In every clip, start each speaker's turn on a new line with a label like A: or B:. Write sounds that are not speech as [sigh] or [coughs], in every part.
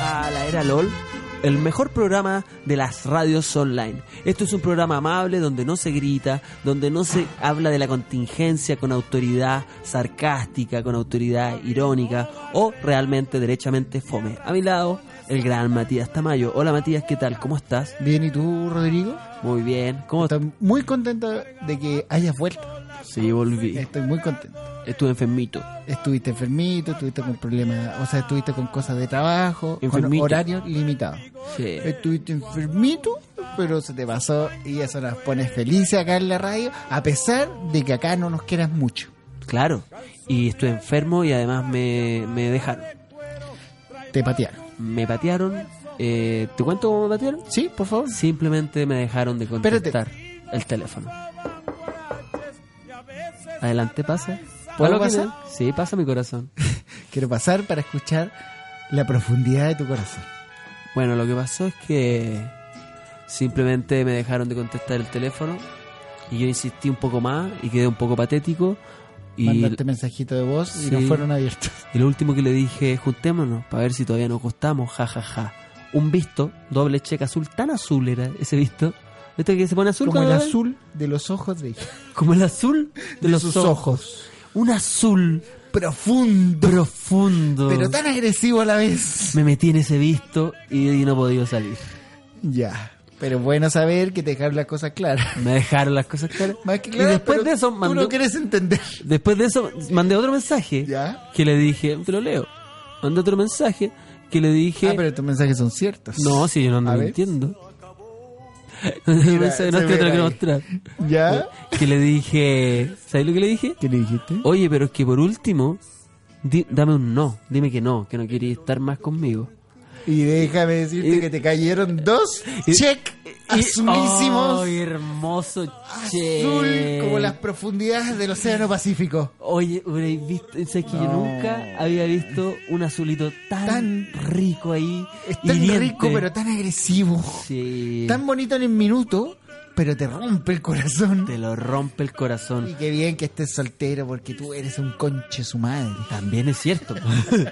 A: a la era LOL, el mejor programa de las radios online. Esto es un programa amable donde no se grita, donde no se habla de la contingencia con autoridad sarcástica, con autoridad irónica o realmente derechamente fome. A mi lado, el gran Matías Tamayo. Hola Matías, ¿qué tal? ¿Cómo estás?
B: Bien, ¿y tú, Rodrigo?
A: Muy bien. ¿Cómo estás?
B: Estoy muy contento de que hayas vuelto.
A: Sí, volví.
B: Estoy muy contento.
A: Estuve enfermito.
B: Estuviste enfermito, estuviste con problemas, o sea, estuviste con cosas de trabajo, con
A: Enfermito.
B: horarios limitados.
A: Sí.
B: Estuviste enfermito, pero se te pasó y eso nos pone felices acá en la radio, a pesar de que acá no nos quieras mucho.
A: Claro. Y estuve enfermo y además me, me dejaron.
B: Te patearon.
A: Me patearon. Eh, ¿Te cuento cómo me patearon?
B: ¿Sí? Por favor.
A: Simplemente me dejaron de
B: Espérate.
A: contestar el teléfono. Adelante, pasa.
B: ¿Puedo
A: ¿Aló, qué
B: pasar?
A: tal? Sí, pasa mi corazón.
B: Quiero pasar para escuchar la profundidad de tu corazón.
A: Bueno, lo que pasó es que simplemente me dejaron de contestar el teléfono y yo insistí un poco más y quedé un poco patético. Y,
B: Mandaste mensajito de voz y
A: Sí.
B: no fueron abiertos.
A: y lo último que le dije, juntémonos para ver si todavía nos costamos, jajaja. Un visto, doble cheque azul, tan azul era ese visto. ¿Viste que se pone azul?
B: Como el
A: cuando lo ven?
B: azul de los ojos de ella.
A: Como el azul de, los
B: sus
A: ojos.
B: ojos.
A: Un azul
B: Profundo.
A: profundo.
B: pero tan agresivo a la vez.
A: Me metí en ese visto y, y no he podido salir.
B: Ya. Pero bueno saber que te dejaron las cosas claras.
A: Me dejaron las cosas claras.
B: Más que
A: y
B: claras,
A: después
B: pero
A: de eso
B: Tú
A: mandó,
B: no quieres entender.
A: después de eso mandé otro mensaje
B: Ya.
A: que le dije, te lo leo. Mandé otro mensaje que le dije,
B: Ah, pero tus mensajes son ciertos.
A: no, si yo no, no
B: A
A: lo
B: ver.
A: entiendo.
B: [laughs]
A: [laughs] Mandé un mensaje, no te
B: se
A: lo
B: ve
A: quiero
B: ahí. ¿Ah?
A: mostrar.
B: ¿Ya?
A: Que le dije, ¿sabes lo que le dije?
B: ¿Qué le dijiste?
A: Oye, pero es que por último, di- dame un no, dime que no, que no querías estar más conmigo.
B: Y déjame decirte
A: Y-
B: que te cayeron dos check
A: Y-
B: azulísimos.
A: ¡Ay, hermoso
B: Azul
A: check!
B: como las profundidades del Océano Pacífico.
A: Oye, ¿habréis visto? ¿Sabes que yo
B: No.
A: nunca había visto un azulito tan,
B: Tan-
A: rico ahí?
B: Es tan
A: hiriente?
B: rico, pero tan agresivo.
A: Sí.
B: Tan bonito en el minuto, pero te rompe el corazón.
A: Te lo rompe el corazón.
B: Y qué bien que estés soltero porque tú eres un conche su madre.
A: También es cierto. pues.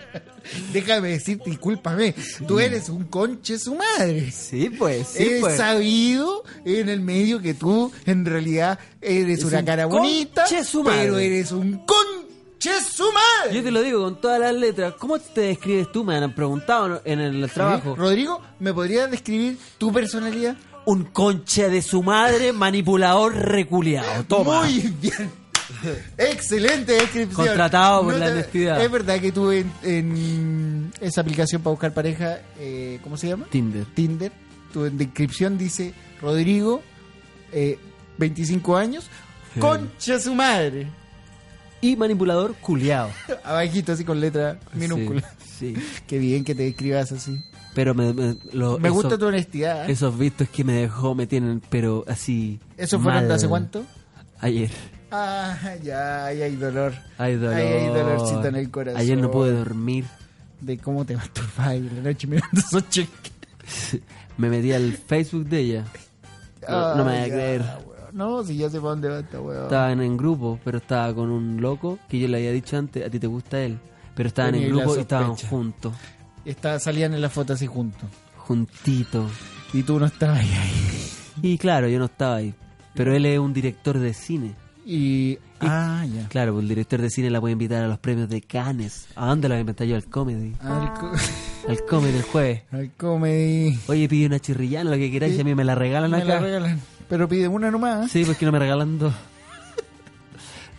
B: Déjame decirte, discúlpame, tú eres un conche su madre.
A: [laughs] sí, pues,
B: He sabido en el medio que tú en realidad eres
A: Es
B: una
A: un
B: cara bonita,
A: conche su madre.
B: pero eres un conche su madre.
A: Yo te lo digo con todas las letras. ¿Cómo te describes tú? Me han preguntado en el trabajo.
B: ¿Eh? Rodrigo, ¿me podrías describir tu personalidad?
A: Un concha de su madre, manipulador reculeado. Toma.
B: Muy bien. [laughs] Excelente descripción.
A: Contratado por la
B: te-
A: honestidad.
B: Es verdad que tú en, en esa aplicación para buscar pareja, eh, ¿cómo se llama?
A: Tinder.
B: Tinder, tu descripción dice Rodrigo, eh, 25 años, concha su madre. [laughs]
A: Y manipulador culeado.
B: Abajito, así con letra minúscula. [laughs]
A: Sí, sí.
B: Qué bien que te describas así.
A: Pero me, me- lo-
B: Me
A: Oh, eso-
B: gusta tu honestidad. ¿eh?
A: Esos vistos que me dejó me tienen, pero así.
B: ¿Eso fueron
A: mal.
B: de hace cuánto?
A: Ayer.
B: Ah, ya, ahí hay dolor.
A: Ay, dolor.
B: Ahí hay dolorcito en el corazón.
A: Ayer no pude dormir.
B: De cómo te masturbas ahí en la noche [laughs] mirando esos cheques.
A: Me metí al Facebook de ella. No, no me
B: Ah,
A: voy a
B: ya,
A: creer.
B: weón. No, si ya sé para dónde va esta weón.
A: Estaban en grupo, pero estaba con un loco que yo le había dicho antes, a ti te gusta él. Pero estaban
B: Tenía
A: en
B: la
A: grupo y estaban
B: sospecha.
A: juntos.
B: Está- salían en las fotos así juntos.
A: Juntitos.
B: Y tú no estabas ahí.
A: Y claro, yo no estaba ahí. Pero él es un director de cine.
B: Y. Ah, ya.
A: Claro, pues el director de cine la puede invitar a los premios de Cannes. ¿A dónde la voy a invitar yo? Al comedy.
B: Al, co- [laughs]
A: Al comedy el jueves.
B: al comedy.
A: Oye, pide una chirrillana, lo que queráis, y a mí me la regalan
B: Me
A: acá.
B: la regalan. Pero pide una nomás.
A: Sí, pues que no me regalan dos.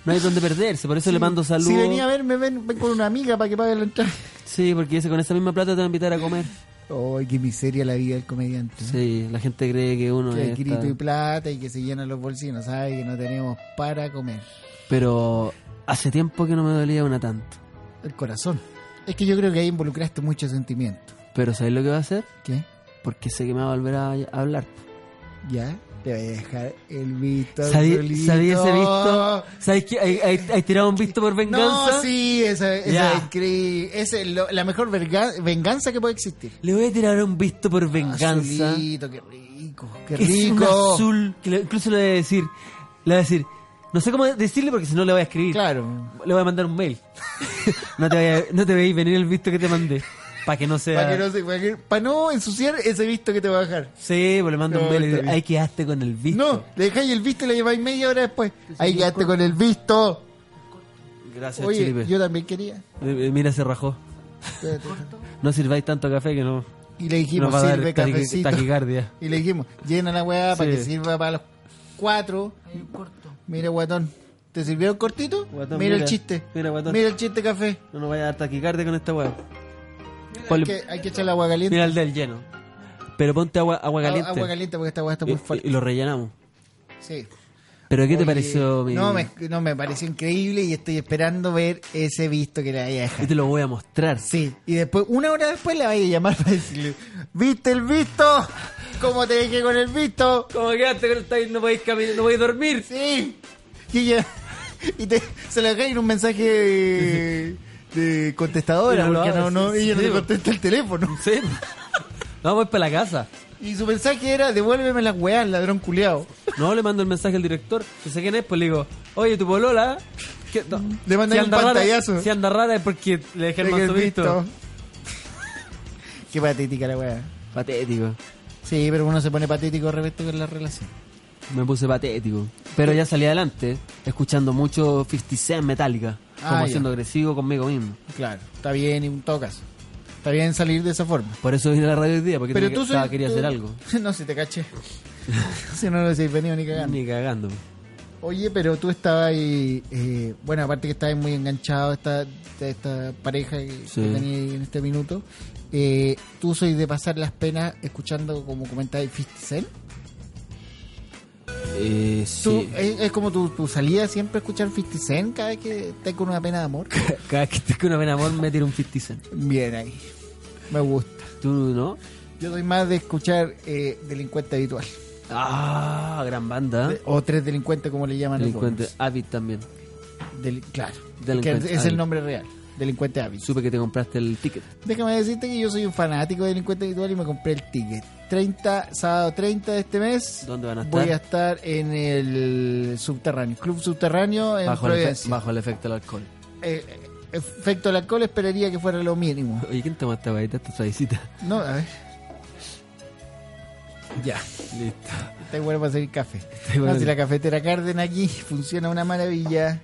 A: no hay donde perderse, por eso le mando saludos.
B: Si venía a verme, ven, ven con una amiga para que pague la entrada. [laughs]
A: Sí, porque dice, con esa misma plata te van a invitar a comer.
B: Ay, qué miseria la vida del comediante. ¿eh?
A: Sí, la gente cree que uno
B: que
A: es...
B: grito
A: esta-
B: y plata y que se llenan los bolsillos, ¿sabes? Que no tenemos para comer.
A: Pero hace tiempo que no me dolía una tanto.
B: El corazón. Es que yo creo que ahí involucraste mucho sentimiento.
A: Pero ¿sabes lo que va a hacer?
B: ¿Qué?
A: Porque sé que me va a volver a a hablar.
B: ¿Ya? Te voy a dejar el visto.
A: ¿Sabí-
B: solito.
A: ¿Sabías ese visto? ¿Sabes que hay, hay- hay tirado un visto por venganza?
B: No, sí, esa, esa
A: Ya.
B: es increíble. Esa es lo- la mejor verga- venganza que puede existir.
A: Le voy a tirar un visto
B: Ah,
A: por venganza.
B: Azulito, qué rico, qué
A: Que Es un
B: rico.
A: azul. Que le- incluso le voy a decir. Le voy a decir. No sé cómo decirle porque si no le voy a escribir.
B: Claro.
A: Le voy a mandar un mail. [laughs] no te vayas no te veis venir el visto que te mandé. Para que no sea.
B: Para no, se- pa' que- pa' no ensuciar ese visto que te va a dejar.
A: Sí, pues le mando
B: No,
A: un mail y
B: está
A: digo,
B: bien.
A: ahí quedaste con el visto.
B: No, le dejáis el visto y lo lleváis media hora después. Ahí quedaste con el visto.
A: Gracias,
B: Oye,
A: Chilipe.
B: yo también quería.
A: Eh, eh, Mira, se rajó.
B: Espérate.
A: No sirváis tanto café que no.
B: Y le dijimos,
A: Nos va a dar
B: sirve
A: taqui-
B: cafecito.
A: taquicardia.
B: Y le dijimos, llena la weá para
A: Sí.
B: que sirva para los cuatro. Mira, guatón. ¿Te sirvieron cortito?
A: Guatón,
B: mira, el
A: mira.
B: chiste.
A: Mira, guatón.
B: el chiste café.
A: No nos vaya a dar taquicardia con esta weá.
B: Hay
A: Ponle-
B: que, hay que echar agua caliente.
A: Mira el del lleno. Pero ponte agua, agua
B: Agua-
A: caliente.
B: Agua caliente porque esta weá está
A: Y-
B: muy fuerte.
A: y, lo rellenamos.
B: Sí.
A: ¿Pero qué te
B: Oye,
A: pareció, mi.?
B: No me, no, me pareció increíble y estoy esperando ver ese visto que le vaya a dejar.
A: Yo te lo voy a mostrar.
B: Sí, y después, una hora después la vaya a llamar para decirle, ¿viste el visto? ¿Cómo te dejé con el visto?
A: Como quedaste con el taquis, no podéis caminar, no podéis dormir.
B: Sí. Y ella, y te, se lo dejáis en un mensaje de, de contestadora,
A: Y no lo
B: porque
A: abre,
B: no, no,
A: sí,
B: ella no
A: sí,
B: te
A: po.
B: contesta el teléfono.
A: Sí. [laughs] No, voy para la casa.
B: Y su mensaje era, devuélveme las weas, ladrón culeado.
A: No, le mando el mensaje al director. Que sé quién es, pues le digo, oye, tu polola. ¿qué- no?
B: Le mandan un
A: anda rara-
B: pantallazo.
A: si anda rara es porque le dejé el
B: Deja el
A: mazo visto.
B: Qué patética la wea.
A: Patético.
B: Sí, pero uno se pone patético respecto con la relación.
A: Me puse patético. Pero ya salí adelante, escuchando mucho 50 Cent Metallica.
B: Ah,
A: como
B: ya.
A: siendo agresivo conmigo mismo.
B: Claro, está bien en todo caso. Está bien salir de esa forma.
A: Por eso vine a la radio hoy día, porque
B: Pero
A: tenía-
B: tú
A: estaba-
B: soy-
A: quería
B: tú-
A: hacer algo.
B: [laughs] No, si te caché. si no, no se venido ni cagando.
A: Ni cagándome.
B: Oye, pero tú estabas ahí. eh, bueno, aparte que estabas muy enganchado a esta, a esta pareja que,
A: Sí.
B: que tenía ahí en este minuto. eh, tú soy de pasar las penas escuchando como comentáis 50 Cent.
A: Eh,
B: Tú-
A: sí.
B: es, es como tu, tu salida siempre escuchar 50 Cent cada vez que estás con una pena
A: [laughs]
B: de amor.
A: [laughs] Cada vez que estoy con una pena amor me tiro un 50 Cent.
B: bien ahí. Me gusta.
A: ¿Tú no?
B: Yo soy más de escuchar eh, delincuente habitual.
A: Ah, gran banda. ¿eh?
B: O tres delincuentes, como le llaman
A: Delincuente
B: algunos.
A: Avid también.
B: Deli- claro,
A: Delincuente,
B: que es
A: ah,
B: el nombre real, delincuente hábil.
A: Supe que te compraste el ticket.
B: Déjame decirte que yo soy un fanático de delincuente habitual y me compré el ticket. 30, sábado 30 de este mes.
A: ¿Dónde van a
B: Voy a
A: estar?
B: estar en el subterráneo, club subterráneo en
A: Bajo el, efe-
B: Providencia.
A: bajo el efecto del alcohol. [laughs]
B: Eh, eh, efecto del alcohol esperaría que fuera lo mínimo.
A: Oye, ¿quién toma esta guayita, esta suavecita?
B: No, a ver. Ya,
A: Listo.
B: está bueno para servir café.
A: bueno.
B: No, si la cafetera Cárdenas aquí funciona una maravilla.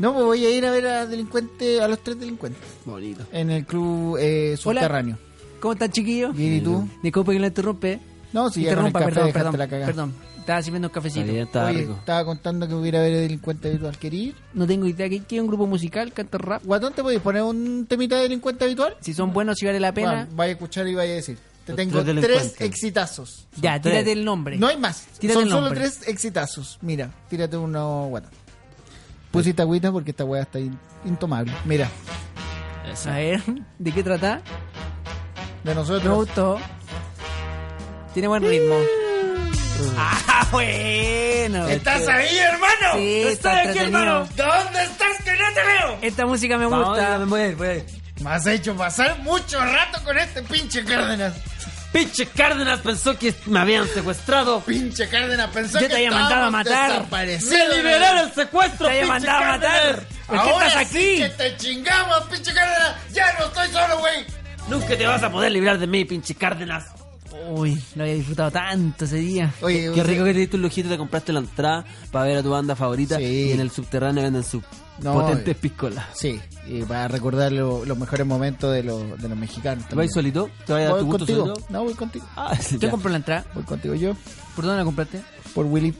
B: No, pues voy a ir a ver a delincuente, a los tres delincuentes.
A: Bonito.
B: en el club eh, subterráneo.
C: ¿Cómo están, chiquillos?
B: Bien, ¿y tú?
C: Disculpe que lo interrumpe.
B: No, si ya con el
C: Interrumpa,
B: café
C: perdón,
B: dejaste
C: perdón,
B: la cagada.
C: perdón. Estaba sirviendo un cafecito.
A: Está bien, está
B: Oye,
A: rico.
B: estaba contando que hubiera ver el delincuente habitual. ¿Quería ir?
C: No tengo idea. ¿Qué quiere un grupo musical? ¿Canta rap?
B: Guatón, ¿te podéis poner un temita de delincuente habitual?
C: Si son buenos, si vale la pena.
B: Bueno, vaya a escuchar y vaya a decir. Te
A: Los
B: tengo
A: tres
B: tres,
A: delincuentes.
B: exitazos.
C: ya,
A: tres.
C: tírate el nombre.
B: No hay más.
C: Tírate
B: Son
C: el
B: solo
C: nombre.
B: tres exitazos. Mira, tírate uno, guatón. Pusiste agüita porque esta weá está in- intomable. Mira,
C: A ver, ¿de qué trata?
B: de
C: Me
B: nosotros.
C: gustó. Tiene buen ritmo.
A: [laughs]
C: ¡Ah, bueno!
D: ¿Estás ahí, hermano?
C: Sí, está
D: ¿Estás aquí,
C: entretenido.
D: hermano? ¿Dónde estás que no te veo?
C: Esta música me
A: Vamos,
C: gusta.
A: ya me voy, voy.
B: Me has hecho pasar mucho rato con este pinche Cárdenas.
A: Pinche Cárdenas pensó que me habían secuestrado.
B: Pinche Cárdenas pensó
C: Yo
B: que
C: te había mandado a
B: estábamos
C: matar.
A: ¡Me
B: desaparecidos.
A: liberaron el secuestro,
C: Te había
A: pinche
C: mandado a
A: Cárdenas!
C: matar. ¿Por qué
B: Ahora
C: estás
B: sí
C: aquí?
B: que te chingamos, pinche Cárdenas. Ya no estoy solo, güey.
A: Nunca te vas a poder librar de mí, pinche Cárdenas.
C: Uy, lo había disfrutado tanto ese día.
B: Oye,
A: Qué rico que te diste un lujito, te compraste la entrada para ver a tu banda favorita
B: Sí.
A: y en el subterráneo venden sus
B: No,
A: potentes
B: eh.
A: piscolas.
B: Sí, y para recordar lo- los mejores momentos de, los de los mexicanos.
A: ¿Te vas
B: también.
A: solito? ¿Te vas a dar tu
B: Voy
A: gusto
B: contigo.
A: solito?
B: No, voy contigo.
A: Ah, [laughs] sí,
C: Yo
A: ya.
C: compré la entrada.
B: Voy contigo yo,
C: ¿Por dónde la compraste?
B: por Willy.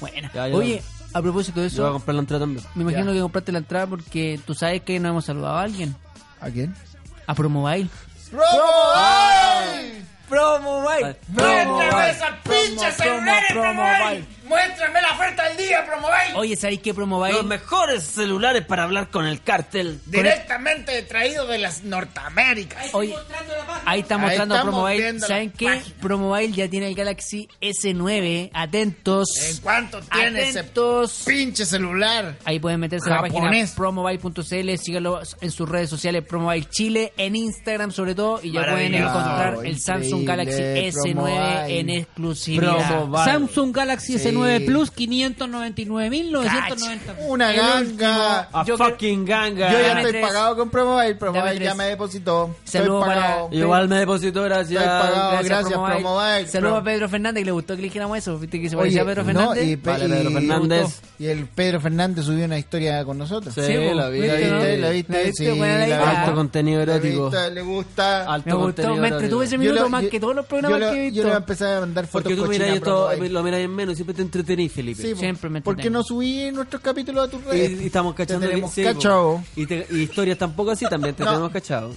C: Buena.
A: Ya, ya.
C: Oye,
E: A propósito de
A: Yo voy a
E: eso,
A: comprar la entrada también.
E: me
B: Ya.
E: imagino que compraste la entrada porque tú sabes que no hemos saludado a alguien.
B: ¿A quién?
E: A Promobile.
A: Ay,
F: ¡Muéstrame esos pinches celulares,
E: promo,
F: Promobile! ¡Muéstrame la oferta del día, Promobile!
E: Oye, ¿sabes qué Promobile?
A: Los mejores celulares para hablar con el cártel.
F: Directamente traído de las Norteaméricas.
E: Oye, ahí está
B: Ahí
E: mostrando
B: estamos
E: Promobile.
B: viendo
E: ¿Saben
B: la
E: qué?
B: página.
E: Promobile ya tiene el Galaxy S9.
F: ¿En
E: Atentos.
F: cuánto tiene ese
E: Atentos.
B: Pinche celular.
E: Ahí pueden meterse a la
B: Japonés.
E: página promobile.cl, síganlo en sus redes sociales Promobile Chile, en Instagram sobre todo, y ya pueden
F: Maravilloso,
E: encontrar el
B: increíble,
E: Samsung Galaxy S9
B: Promobile.
E: en exclusividad.
A: Promobile.
G: Samsung Galaxy
B: Sí.
G: S9 Plus, 599.990.
B: Una
E: El último.
B: ganga.
A: A
E: Yo creo-
A: fucking ganga.
B: Yo ya
E: Dame
B: estoy
E: tres.
B: pagado con Promobile. Promobile
E: Dame
B: ya
E: tres.
B: me depositó.
E: Saludo
B: estoy
E: para-
B: pagado.
A: Igual me depositó, gracias.
B: Estoy pagado. gracias,
E: Promobile.
B: Promobile.
E: Saludos
B: Pro-
E: a Pedro Fernández, que le gustó que le dijéramos eso. ¿Viste que se
B: Oye,
E: parecía a Pedro
B: no,
E: Fernández?
B: y pe-
A: Vale,
B: y-
A: Pedro Fernández.
B: Y el Pedro Fernández subió una historia con nosotros.
A: Sí,
E: Sí, vos,
A: la vi.
E: ¿viste,
B: ¿La viste?
E: no?
B: ¿La viste?
E: ¿La viste?
B: Sí,
E: Buena la
B: la
E: idea.
B: viste.
A: Alto contenido
B: La
A: erótico.
B: vista, Le gusta.
A: Alto
E: Me gustó,
A: contenido
E: me
A: erótico.
E: entretuve ese
B: Yo
E: minuto
B: lo-
E: más
B: yo-
E: que todos los programas
B: yo lo-
E: que he
B: Yo le voy a
E: visto.
B: empezar a mandar fotos
A: Porque tú miras
B: cochinas
A: ahí todo,
B: Promobile.
A: lo miras en menos, siempre te entretenís, Felipe.
B: Sí,
E: Siempre me
B: ¿Por qué
E: entretengo.
B: no subí nuestros capítulos a tus
A: Y,
B: redes?
A: y estamos cachando.
B: Te tenemos
A: sí,
B: cachado.
A: Y, te- y historias tampoco así también te
B: No.
A: tenemos cachado.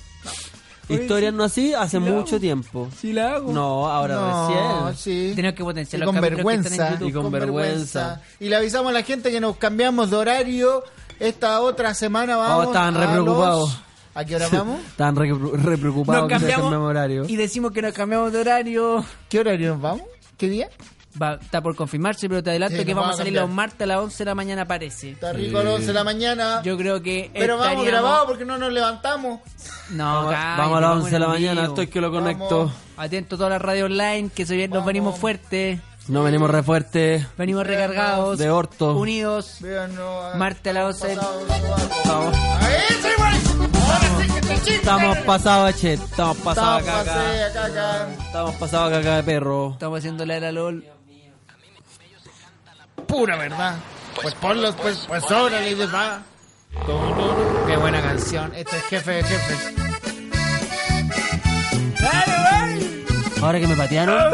A: Historias no así hace mucho tiempo.
E: Sí la hago.
A: No, ahora
B: No,
A: recién.
B: sí.
E: Tenemos que
B: Y
E: potenciar los
B: con
E: capítulos que están en
B: vergüenza.
E: YouTube.
A: Y con vergüenza.
B: Y le avisamos a la gente que nos cambiamos de horario. Esta otra semana vamos.
A: Oh, estaban re
B: a los-
A: preocupados.
B: ¿A qué hora
A: [laughs]
B: vamos?
A: Estaban re, re preocupados
E: Nos
A: que se cambiamos
E: cambiamos
A: horario.
E: y decimos que nos cambiamos de horario.
B: ¿Qué horario nos vamos? ¿Qué día?
E: Va, está por confirmarse, pero te adelanto
B: Sí,
E: que
B: nos
E: vamos
B: va
E: a
B: a
E: salir
B: cambiar.
E: los martes a las 11 de la mañana, parece.
B: Está rico a las 11 de la mañana.
E: Yo creo que.
B: Pero vamos
E: estaríamos-
B: grabados porque no nos levantamos.
E: No,
A: Vamos,
E: cállate,
A: vamos a las 11 de la
E: en
A: mañana,
E: vivo.
A: estoy que lo conecto.
B: Vamos.
E: Atento a toda la radio online, que se bien nos
B: Vamos.
E: venimos fuertes,
A: No venimos re fuerte.
E: venimos recargados,
A: De orto.
E: unidos.
B: Véanos, ah,
E: Martes a las 11.
B: pasado, sábado.
A: Estamos,
F: ¡Ahí sí, güey! ¡Ahora sí que te chingas!
A: estamos pasados a chet, estamos pasados a
B: Tapas,
A: caca.
B: eh, acá, acá.
A: Estamos pasados a caca de perro.
E: Estamos haciendo la era LOL.
B: Pura verdad. Pues ponlos, pues, pues órale, les va. Tum, tum. Qué buena canción. Este es jefe de jefes.
A: Ahora que me
B: Ah.
A: patearon,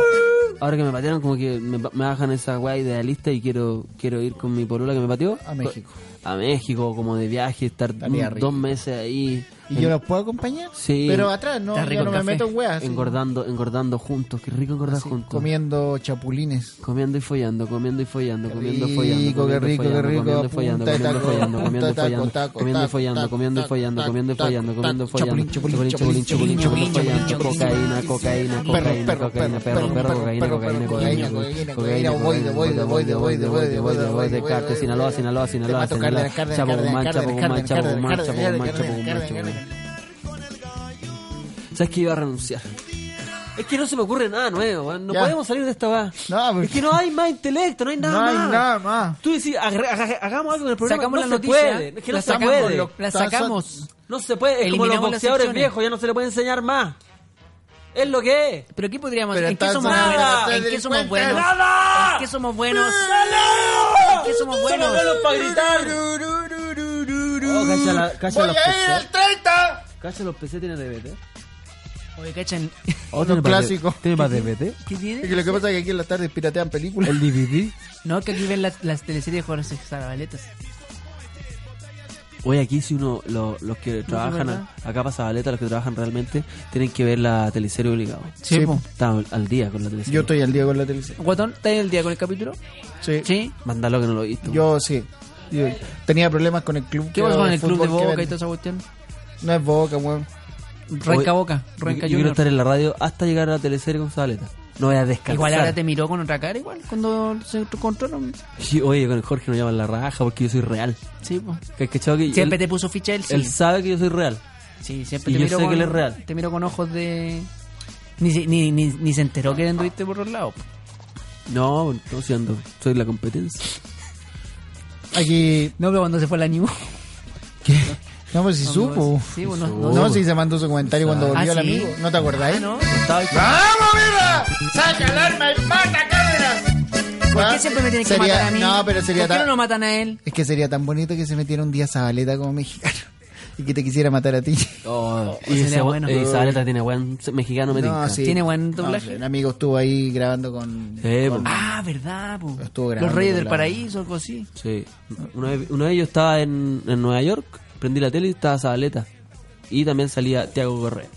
A: ahora que me patearon, como que me, me bajan esa weá idealista y quiero quiero ir con mi polola que me pateó.
B: A México.
A: A México, como de viaje, estar
B: Estaría
A: un-
B: rico.
A: dos meses ahí.
B: ¿Y
A: en-
B: yo los puedo acompañar?
A: Sí.
B: Pero atrás, no,
E: Está
B: yo
E: rico
B: no
E: el
B: me
E: café.
B: meto en weas. sí.
A: engordando, engordando juntos, qué rico engordar
B: Sí,
A: juntos.
B: Comiendo chapulines.
A: Comiendo y follando, comiendo y follando,
B: Qué
A: comiendo y
B: rico,
A: follando,
B: qué
A: comiendo y
B: rico, qué
A: follando,
B: rico,
A: comiendo y follando,
B: punta de
A: comiendo y
B: taco,
A: follando, comiendo y
B: punta de taco,
A: follando,
B: taco,
A: comiendo y
B: taco,
A: follando,
B: taco,
A: comiendo y follando,
B: taco,
A: comiendo y
B: taco,
A: follando, comiendo y
B: taco,
A: follando, chapulín,
B: chapulín,
A: chapulín, chapulín,
B: chapulín,
A: chapulín,
B: chapulín,
A: follando,
E: chapulín,
A: cocaína,
E: chapulín,
A: cocaína,
B: Perro,
A: cocaína,
B: perro,
A: cocaína, perro,
B: perro, perro,
A: perro, cocaína,
B: perro,
A: cocaína, cocaína,
B: perro, perro, cocaína, cocaína,
A: cocaína,
B: cocaína, voy de, voy de, voy de, voy de, voy de, voy de,
A: voy de,
B: voy de,
A: Cárdenas,
B: voy de,
A: Sinaloa,
B: voy de,
A: Sinaloa, Sinaloa,
B: Te mato,
A: Sinaloa,
B: Cárdenas, Cárdenas,
A: Chapogumán,
B: Cárdenas,
A: Chapogumán, Chapogumán,
B: Cárdenas, Cárdenas,
A: Chapogumán,
B: Cárdenas,
A: Chapogumán,
B: Cárdenas,
A: Chapogumán. ¿Sabes que iba a renunciar? Es que no se me ocurre nada nuevo, weón. no
B: Ya.
A: podemos salir de esta va.
B: No, porque-
A: es que no hay más intelecto, no hay nada
B: No hay
A: más.
B: nada más.
A: Tú decís, agra- aga- hagamos algo en el programa.
E: Sacamos
A: no
E: la
A: se
E: noticia,
A: puede, es que no
E: la
A: se
E: sacamos,
A: puede.
E: lo- la
B: Todas son-
E: sacamos.
A: No se puede, es como los
E: Eliminamos las
A: boxeadores
E: secciones.
A: viejos, ya no se le puede enseñar más. Es lo que es.
E: ¿Pero qué podríamos
B: Pero
E: hacer? ¿En qué
B: están
E: somos
B: sonando
E: buenos?
B: ustedes
E: ¿En qué somos
B: delincuentes.
E: buenos?
F: ¡Nada!
E: ¿En qué somos buenos? ¿En qué somos
A: Son
E: buenos?
A: buenos para gritar. Oh, cacha, la, cacha
B: Voy
A: los
B: a ir
A: PC.
B: al 30.
A: Cacha los PC tiene DBT.
E: Oye, cachan. [laughs]
A: Oh,
B: Otro
A: tiene para D-
B: clásico.
A: ¿Tiene para DBT?
E: ¿Qué
B: Es
E: tiene?
B: que lo que pasa es que aquí en las tardes piratean películas.
A: ¿El DVD?
E: No, que aquí ven las, las teleseries de Jorge Sarabaletas.
A: Oye, aquí si uno, lo- los que trabajan, a- acá pasa baleta, los que trabajan realmente, tienen que ver la teleserie obligado.
B: Sí, po.
A: Está al- al día con la teleserie.
B: Yo estoy al día con la televisión.
E: Guatón, ¿estás en el día con el capítulo?
B: Sí.
E: Sí.
A: Mandalo que no lo he visto.
B: Yo sí. Yo tenía problemas con el club.
E: ¿Qué pasó con el club de
B: fútbol que
E: Boca
B: vende.
E: y toda esa cuestión?
B: No es Boca, weón.
E: Renca Boca,
A: Yo, yo
E: Renca
A: quiero
E: Junior.
A: estar en la radio hasta llegar a la teleserie con esa baleta. No voy a descansar.
E: Igual ahora te miró con otra cara, igual, cuando se encontraron.
A: Sí, Oye, con el Jorge nos llaman la raja porque yo soy real.
E: Sí, pues.
A: Que es que chavo que
E: Siempre
A: él,
E: te puso ficha él, sí.
A: él sabe que yo soy real.
E: Sí, siempre
A: Y
E: te
A: yo
E: miró
A: sé que
E: con,
A: él es real.
E: Te miró con ojos de... Ni, se- ni, ni, ni se enteró que anduviste por los lados. po.
A: No, no si ando, soy la competencia.
B: Aquí.
E: No, pero cuando se fue la New.
B: No, pues si supo.
E: Sí, bueno,
B: No,
E: no,
B: no, si se mandó su comentario cuando volvió
E: ¿Ah,
B: el
E: sí?
B: amigo. ¿No te acordáis?
E: no.
A: Estaba ahí-
F: ¡Vamos, vida! ¡Saca el arma y mata Cárdenas!
E: ¿Por qué siempre me tienen que
B: Ah, Sería-
E: matar a mí?
B: No, pero sería
E: ¿Por qué
B: tan-
E: no lo matan a él?
B: Es que sería tan bonito que se metiera un día Zabaleta como mexicano. [laughs] y que te quisiera matar a ti.
A: Oh,
C: Ese
A: y esa
C: era bueno.
A: y Zabaleta tiene buen mexicano, me tinca.
B: sí.
C: Tiene buen doblaje.
B: un amigo estuvo ahí grabando con.
E: Eh,
A: Sí,
B: con-
A: Eh, po.
C: Ah, ¿verdad? po?
B: Estuvo grabando
C: Los Reyes
B: con
C: del
B: la-
C: Paraíso, algo así.
A: Sí. Una vez, una vez yo estaba en, en Nueva York, prendí la tele y estaba Zabaleta. Y también salía Tiago Correa.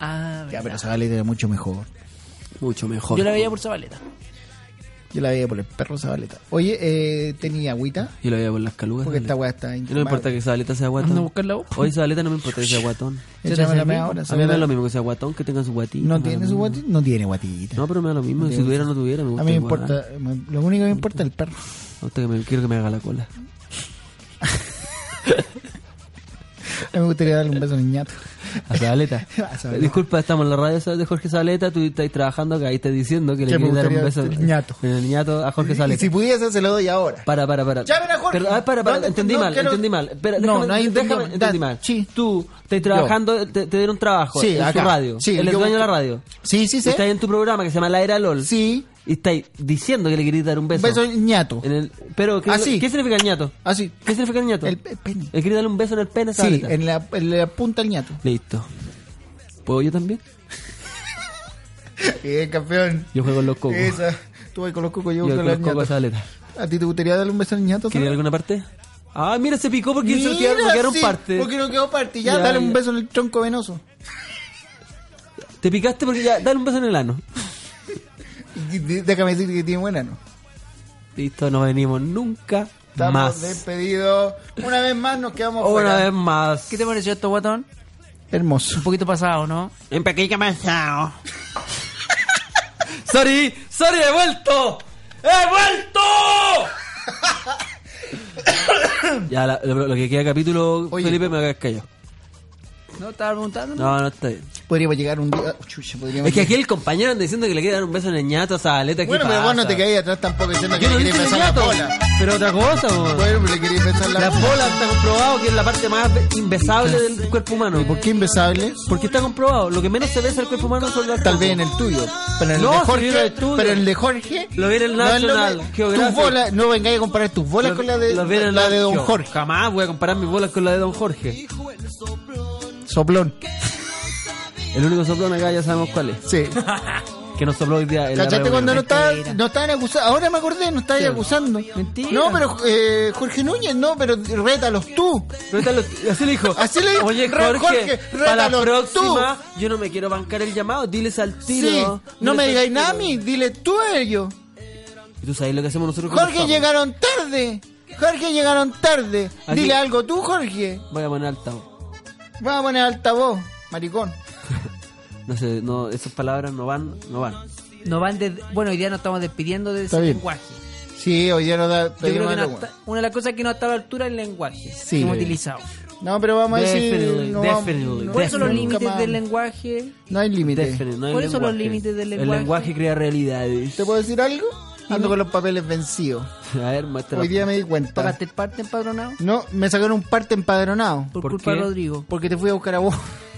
C: Ah,
B: Ya, pero
C: verdad.
B: Zabaleta era mucho mejor.
A: Mucho mejor.
C: Yo la veía por Zabaleta.
B: Yo la veía por el perro Zabaleta. Oye, eh, tenía agüita.
A: Yo la veía por las calugas.
B: Porque esta
A: Zabaleta.
B: weá está
A: Y Pues no me importa que Zabaleta sea guatón.
C: Anda a buscar la voz.
A: Hoy Zabaleta no me importa que sea guatón.
B: Échame la media
A: A mí me
B: hora,
A: da
B: Zabaleta.
A: lo mismo que sea guatón, que tenga su guatito.
B: No
A: me da
B: tiene
A: lo
B: su
A: mismo.
B: guatita. No tiene guatita.
A: No, pero me da lo mismo. Si tuviera o no tuviera, me gusta.
B: a mí me
A: igual.
B: importa. me- Lo único que me importa es el perro.
A: Me gusta que me, quiero que me haga la cola.
B: A mí me gustaría darle un beso al niñato.
A: A [laughs] Zabaleta.
B: [laughs] A Zabaleta.
A: Disculpa, estamos en la radio ¿sabes? de Jorge Zabaleta. Tú estás trabajando acá y estás diciendo que le
B: Que me
A: quieres dar un
B: gustaría
A: beso
B: el ñato.
A: en el ñato a Jorge
B: Y
A: Zabaleta.
B: si pudiese, se lo doy ahora.
A: Para, para, para.
B: Llamen a Jorge.
A: Pero, ah, para, para.
B: No, no,
A: entendí
B: no,
A: mal,
B: que no-
A: entendí mal. Espera,
B: No,
A: déjame-
B: no hay
A: déjame-
B: entendido.
A: entendí
B: Da-
A: mal.
B: sí.
A: Tú estás trabajando, te, te dieron un trabajo
B: Sí,
A: en
B: acá.
A: su radio.
B: Sí,
A: Él es
B: yo
A: dueño de la
B: busco-
A: radio.
B: Sí, sí,
A: Estás
B: sí.
A: en tu programa que se llama La Era LOL.
B: Sí.
A: Y estáis diciendo que le queréis dar un
B: Un
A: beso.
B: beso al ñato.
A: En el, pero, ¿qué,
B: Ah, sí.
A: ¿qué significa el ñato?
B: Así.
A: ¿Qué significa el ñato?
B: El pe- pene.
A: Le queréis darle un beso en el pene a esa
B: Sí,
A: vareta.
B: en la, en la punta al ñato.
A: Listo. ¿Puedo yo también?
B: Bien, Eh, campeón.
A: Yo juego en los cocos.
B: Esa. Tú vas con los cocos, yo,
A: Yo
B: con los
A: los cocos a esa
B: ñatos.
A: aleta.
B: ¿A ti te gustaría darle un beso al ñato?
A: ¿Quería
B: Sara?
A: alguna parte? Ah, mira, se picó porque se
B: Mira,
A: quedaron, quedaron
B: sí,
A: partes.
B: Porque no quedó parte. Ya,
A: Ya,
B: dale un
A: ya.
B: beso en el tronco venoso.
A: Te picaste porque ya, dale un beso en el ano.
B: Y d- déjame decir que tiene buena, ¿no?
A: Listo, no venimos nunca
B: Estamos
A: más.
B: despedidos. Una vez más nos quedamos
A: Una
B: fuera.
A: vez más.
C: ¿Qué te pareció esto, guatón?
B: Hermoso.
C: Un poquito pasado, ¿no?
A: En pequeño manzano. [laughs] sorry, sorry, he vuelto. ¡He
B: [coughs]
A: vuelto! ya, la- lo, lo que queda capítulo,
B: Oye.
A: Felipe, me voy a quedar callado.
C: No, estaba preguntando.
A: No, no está bien.
B: Podríamos llegar un día. Oh, chucha, podríamos
A: Es que aquí
B: llegar-
A: el compañero anda diciendo que le quiere dar un beso en el ñato a Zabaleta. ¿qué
B: Bueno, pero vos no
A: pasa?
B: te caí atrás tampoco diciendo que
A: Yo
B: le
A: no
B: querías
A: dije el
B: besar la
A: ñato.
B: bola.
A: Pero otra cosa, po.
B: Bueno, pero le querías besar la
A: La
B: bola.
A: bola está comprobado que es la parte más imbesable del cuerpo humano.
B: ¿Por qué imbesables?
A: Porque está comprobado, lo que menos se besa el cuerpo humano son las
B: Tal vez
A: cosas.
B: en el tuyo. Pero en el
A: No,
B: de
A: si viene
B: Jorge.
A: el tuyo.
B: Pero en el de Jorge.
A: Lo viene el
B: no es lo
A: National
B: que- tus
A: Geographic.
B: bolas- no vengáis a comparar tus bolas con la de,
A: Los viene
B: la de
A: Nacho.
B: Don Jorge.
A: Jamás voy a comparar mis bolas con la de Don Jorge.
B: Soplón.
A: El único soplón acá ya sabemos cuál es.
B: [laughs] Sí.
A: Que nos sopló hoy día. [laughs] en la
B: ¿Cachaste
A: reunión.
B: cuando no, estaba,
C: Mentira.
B: no estaban acusando? Ahora me acordé, no estabas acusando.
A: Mentira.
B: No, pero eh, Jorge Núñez, no, pero rétalos tú.
A: Pero está lo- así le dijo.
B: Así le dijo,
A: Oye,
B: "Re-
A: Jorge,
B: Jorge,
A: para la
B: rétalo
A: próxima yo no me quiero bancar el llamado. Diles al tiro.
B: Sí, no
A: Diles
B: me
A: al
B: digáis
A: tiro".
B: nada a mí, dile tú a ellos.
A: ¿Y tú sabes lo que hacemos nosotros? cuando
B: Jorge,
A: estamos?
B: llegaron tarde. Jorge, llegaron tarde.
A: Aquí-
B: Dile algo tú, Jorge.
A: Voy a poner altavoz.
B: Vamos a poner altavoz, maricón.
A: No sé, no, esas palabras no van, no van.
C: No van de... Bueno, hoy día nos estamos despidiendo de
B: Está
C: ese
B: bien.
C: lenguaje.
B: Sí, hoy ya no da.
C: Yo creo
B: pedimos
C: que no
B: algo.
C: está- una de las cosas que no ha estado a la altura es el lenguaje
B: Sí.
C: que hemos
B: Sí.
C: utilizado.
B: No, pero vamos a decir.
A: Definitely,
B: No, vamos-
A: definitely,
B: no,
C: Por eso los
B: nunca
C: límites
B: más.
C: del lenguaje...
B: No hay límite.
A: Definite, no hay
C: ¿Cuáles son los
A: lenguaje.
C: límites del
A: El
C: lenguaje?
A: lenguaje crea realidades. [laughs]
B: ¿Te puedo decir algo? Ando con los papeles vencidos.
A: A ver, muéstralo.
B: Hoy día me di cuenta.
C: ¿Pagaste el parte empadronado?
B: No, me sacaron un parte empadronado.
C: Por,
A: ¿Por
C: culpa
A: qué?
C: de Rodrigo.
B: Porque te fui a buscar a vos. [laughs]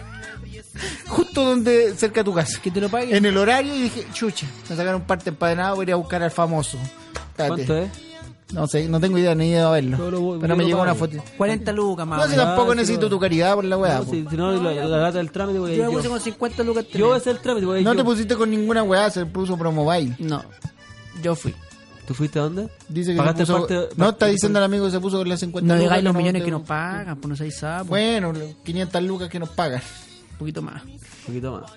B: Justo donde, cerca de tu casa.
C: Que te lo paguen.
B: En el horario y dije, chucha, me sacaron parte empadronado, voy a ir a buscar al famoso. Espérate.
A: ¿Cuánto es?
B: No sé, no tengo idea, ni he ido a verlo.
A: Yo lo voy-
B: pero me
A: yo lo
B: llegó una
A: pago.
B: foto.
C: 40 lucas más
B: No
C: o
B: sé,
C: menos.
A: Ah,
B: tampoco
A: sí,
B: necesito
A: no.
B: tu caridad por la weá.
A: No,
B: po.
A: si, si no, la, la data del trámite voy a
C: pues. Yo me
A: ir
C: puse
A: yo.
C: con 50 lucas.
A: Yo voy a
C: también.
A: hacer el trámite, voy a ir
B: No
A: yo.
B: te pusiste con ninguna weá, se puso promobile.
C: No, yo fui.
A: ¿Tú fuiste a dónde?
B: Dice que
A: ¿Pagaste este
B: se puso-
A: parte,
B: No, está diciendo el amigo que se puso con las 50
C: No
B: lucas,
C: digáis los
B: no,
C: millones
B: te-
C: que nos pagan, pues no seáis sapos.
B: Bueno, los 500 lucas que nos pagan.
C: Un poquito más.
A: Un poquito más.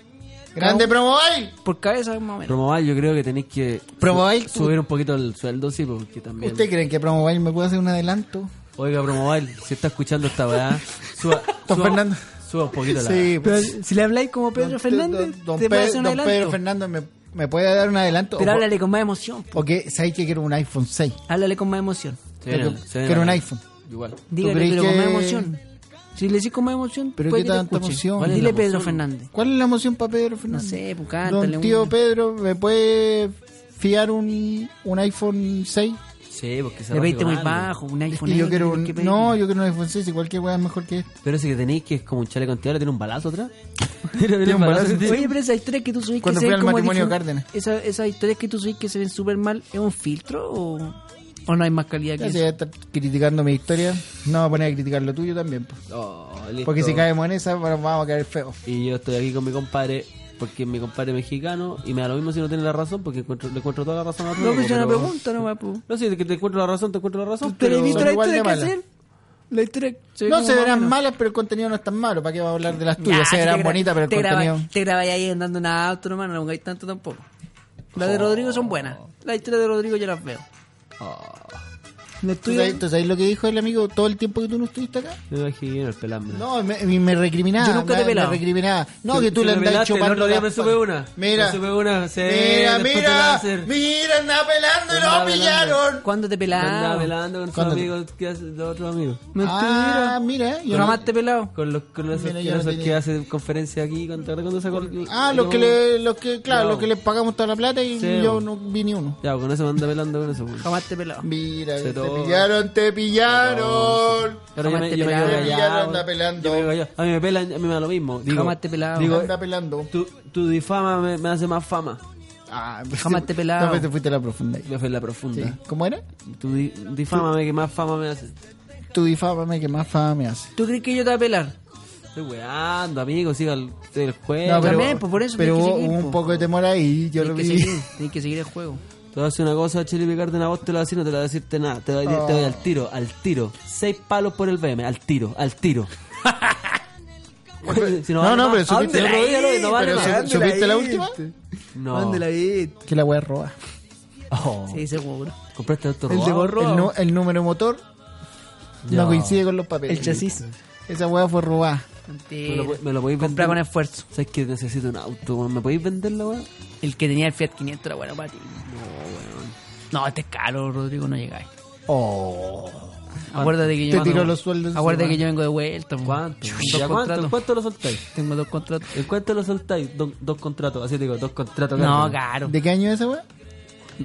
B: ¡Grande promobile!
C: Por cabeza, más o menos.
A: Promoval, yo creo que tenéis que
B: Promoval,
A: su- subir un poquito el sueldo, sí, porque también.
B: ¿Usted creen que promobile me puede hacer un adelanto?
A: Oiga, Promoval, si está escuchando esta weá, suba,
B: [laughs] Don
A: suba-
B: Fernando.
A: Suba un poquito la.
B: Sí, pues,
C: Pero si le habláis como Pedro
B: Don-
C: Fernández,
B: don- don
C: te puede
B: Pe-
C: hacer un
B: don
C: adelanto.
B: Pedro Fernández me, me puede dar un adelanto.
C: Pero
B: o,
C: háblale con más emoción.
B: o que sabéis que quiero un iPhone 6.
C: Háblale con más emoción.
A: Se viene-
B: Pero-
A: se viene
B: pero
A: la-
B: un iPhone.
A: Igual.
C: Dígale,
B: crees
C: pero con más
B: que-
C: emoción. Si le decís con más emoción,
B: Pero
C: puede
B: qué
C: que te
B: tanta
C: escuche.
B: emoción.
A: ¿Cuál es la
C: Dile Pedro
A: emoción?
C: Fernández.
B: ¿Cuál es la moción para Pedro Fernández?
C: No sé, pues, cántale
B: Don tío
C: un-
B: Pedro, ¿me puede fiar un, un iPhone 6?
A: Sí, porque se
C: Le
A: raje
C: pediste
A: con
C: muy
A: algo.
C: bajo, un
B: Es
C: iPhone.
B: que yo
C: X,
B: quiero un,
C: ¿qué pediste?
B: no, yo quiero un iPhone 6 y cualquier weá es mejor que este.
A: Pero ese que tenéis que es como un chaleco entero, tiene un balazo
B: [laughs]
A: atrás. Tiene
B: un balazo.
A: que tiene.
C: Oye, pero esas historias que tú subís
B: Cuando
C: que se
B: fui
C: ven
B: al
C: como
B: matrimonio
C: difu-
B: Cárdenas.
C: esa- esas historias que tú subís que se ven súper mal, ¿es un filtro o...? ¿O no hay más calidad que
B: Ya si
C: eso?
B: voy a estar criticando mi historia, no voy a poner a criticar lo tuyo también. pues.
A: Oh, listo.
B: Porque si caemos en esa, bueno, vamos a caer feo.
A: Y yo estoy aquí con mi compadre, porque mi compadre es mexicano, y me da lo mismo si no tiene la razón, porque encuentro- le encuentro toda la razón a otro.
E: No, pero yo no pregunto nomás, po.
A: No, sí, de que te encuentro la razón, te encuentro la razón.
E: ¿Tú le
A: Pero,
E: has visto
B: son
E: la
B: igual de
E: historia que
B: malas.
E: hacer? La historia se ve
B: No,
E: como
B: se
E: más o
B: verán
E: menos.
B: malas, pero el contenido no es tan malo. ¿Para qué va a hablar de las
E: Nah,
B: tuyas? se
E: si te
B: verán
E: gra-
B: bonitas, pero el
E: te graba-
B: contenido...
E: Te grabáis ahí andando en auto, hermano, no pongáis tanto tampoco. Las de Rodrigo son buenas. Las historias de Rodrigo yo las veo. Las
B: ¿Tú
E: tuyas-
B: sabes, tú sabes lo que dijo el amigo todo el tiempo que tú no estuviste acá?
A: me imagino el pelambre.
B: No, me, me- me recriminaba.
E: Yo nunca te he
B: me- me,
E: pelado.
B: recriminaba. No, que
A: Te
B: tú le
A: me
B: andás
A: pelaste,
B: chupando.
A: El otro día
B: las
A: me supe
B: patas.
A: una.
B: Mira.
A: Me supe una. sí,
B: Mira,
A: después te la
B: mira,
A: hacer.
B: mira, andaba pelando y
A: Andaba
B: lo
A: pelando.
B: pillaron.
E: ¿Cuándo te
A: Andaba
E: pelabas?
A: velando con sus
B: ¿Cuándo te-
A: amigos, ¿qué hace? Los otros amigos.
B: Ah, mira. yo
E: ¿Tú
B: no-
E: nomás te pelado?
A: Con los con esos,
B: Mira, yo no
A: esos
B: tenía-
A: que hacen conferencias aquí, con, con esa col-
B: Ah, los
A: yo-
B: que le, los que, claro,
A: No.
B: los que le pagamos toda la plata y
A: Sí,
B: yo
A: bo.
B: no vi ni uno.
A: Ya, con eso me anda velando con eso. pues.
E: Jamás te pelado.
B: Mira,
A: Se
B: te
A: todo.
B: pillaron, te pillaron.
A: Pero yo
E: Jamás
A: me,
E: te
A: yo me quedo
E: pelaron.
B: Ya no
A: callado.
B: anda pelando.
A: Yo me quedo callado. A mí me pelan, a mí me da lo mismo. Digo,
E: Jamás te pelado.
A: Digo,
B: Anda pelando.
A: tu, tu difama me, me hace más fama.
B: Ah,
E: Jamás te pelado.
B: No, pero te fuiste a la profunda. ahí.
A: Me fue en la profunda.
B: Sí. ¿Cómo era?
A: Tu di- difámame que más fama me hace.
B: Tu difámame que más fama me hace.
E: ¿Tú crees que yo te voy a pelar?
A: Estoy weando, amigo, siga el, el juego.
B: No, pero,
E: también, pues, por eso
B: pero
E: tenés que
B: hubo,
E: seguir,
B: hubo un
E: po.
B: poco de temor ahí, yo lo
E: Tienes que
B: vi.
E: seguir, tienes que seguir el juego.
A: Te voy a decir una cosa, Chile Picarte, una voz te la voy a decir, no te la voy a decirte nada. Te doy, te doy al tiro, al tiro. Seis palos por el BM, al tiro, al tiro. [laughs] Si
B: No, no, pero
A: subiste
B: supiste-
A: no vale
B: Pero
A: más.
B: su- supiste la última
A: No.
E: viste?
B: que la wea roba.
A: Oh,
E: Sí, seguro.
A: Compraste auto
E: El de
A: robado.
E: gorro. Roba.
B: El, nu- el número motor no
A: Ya.
B: coincide con los papeles.
E: El chasis.
B: Esa wea fue robada.
A: Me lo,
E: Mentira.
A: voy- me lo podéis
E: Comprar
A: vender.
E: con esfuerzo.
A: ¿Sabes que necesito un auto? weón? ¿Me podéis vender la weá?
E: El que tenía el Fiat 500 era bueno para ti. No, weón. No, este es caro, Rodrigo, no llegáis.
B: Oh.
E: Acuérdate que yo
B: Te
E: vengo-
B: tiró los sueldos
E: Acuérdate
B: encima.
E: que yo vengo de vuelta. po.
A: ¿Cuánto?
E: Dos
A: ¿Ya cuánto?
E: contratos.
A: ¿En cuánto lo soltáis?
E: Tengo dos contratos.
A: ¿En cuánto lo soltáis? Do- dos contratos, así te digo, dos contratos.
E: No,
A: Carmen.
E: caro.
B: ¿De qué año es esa wea?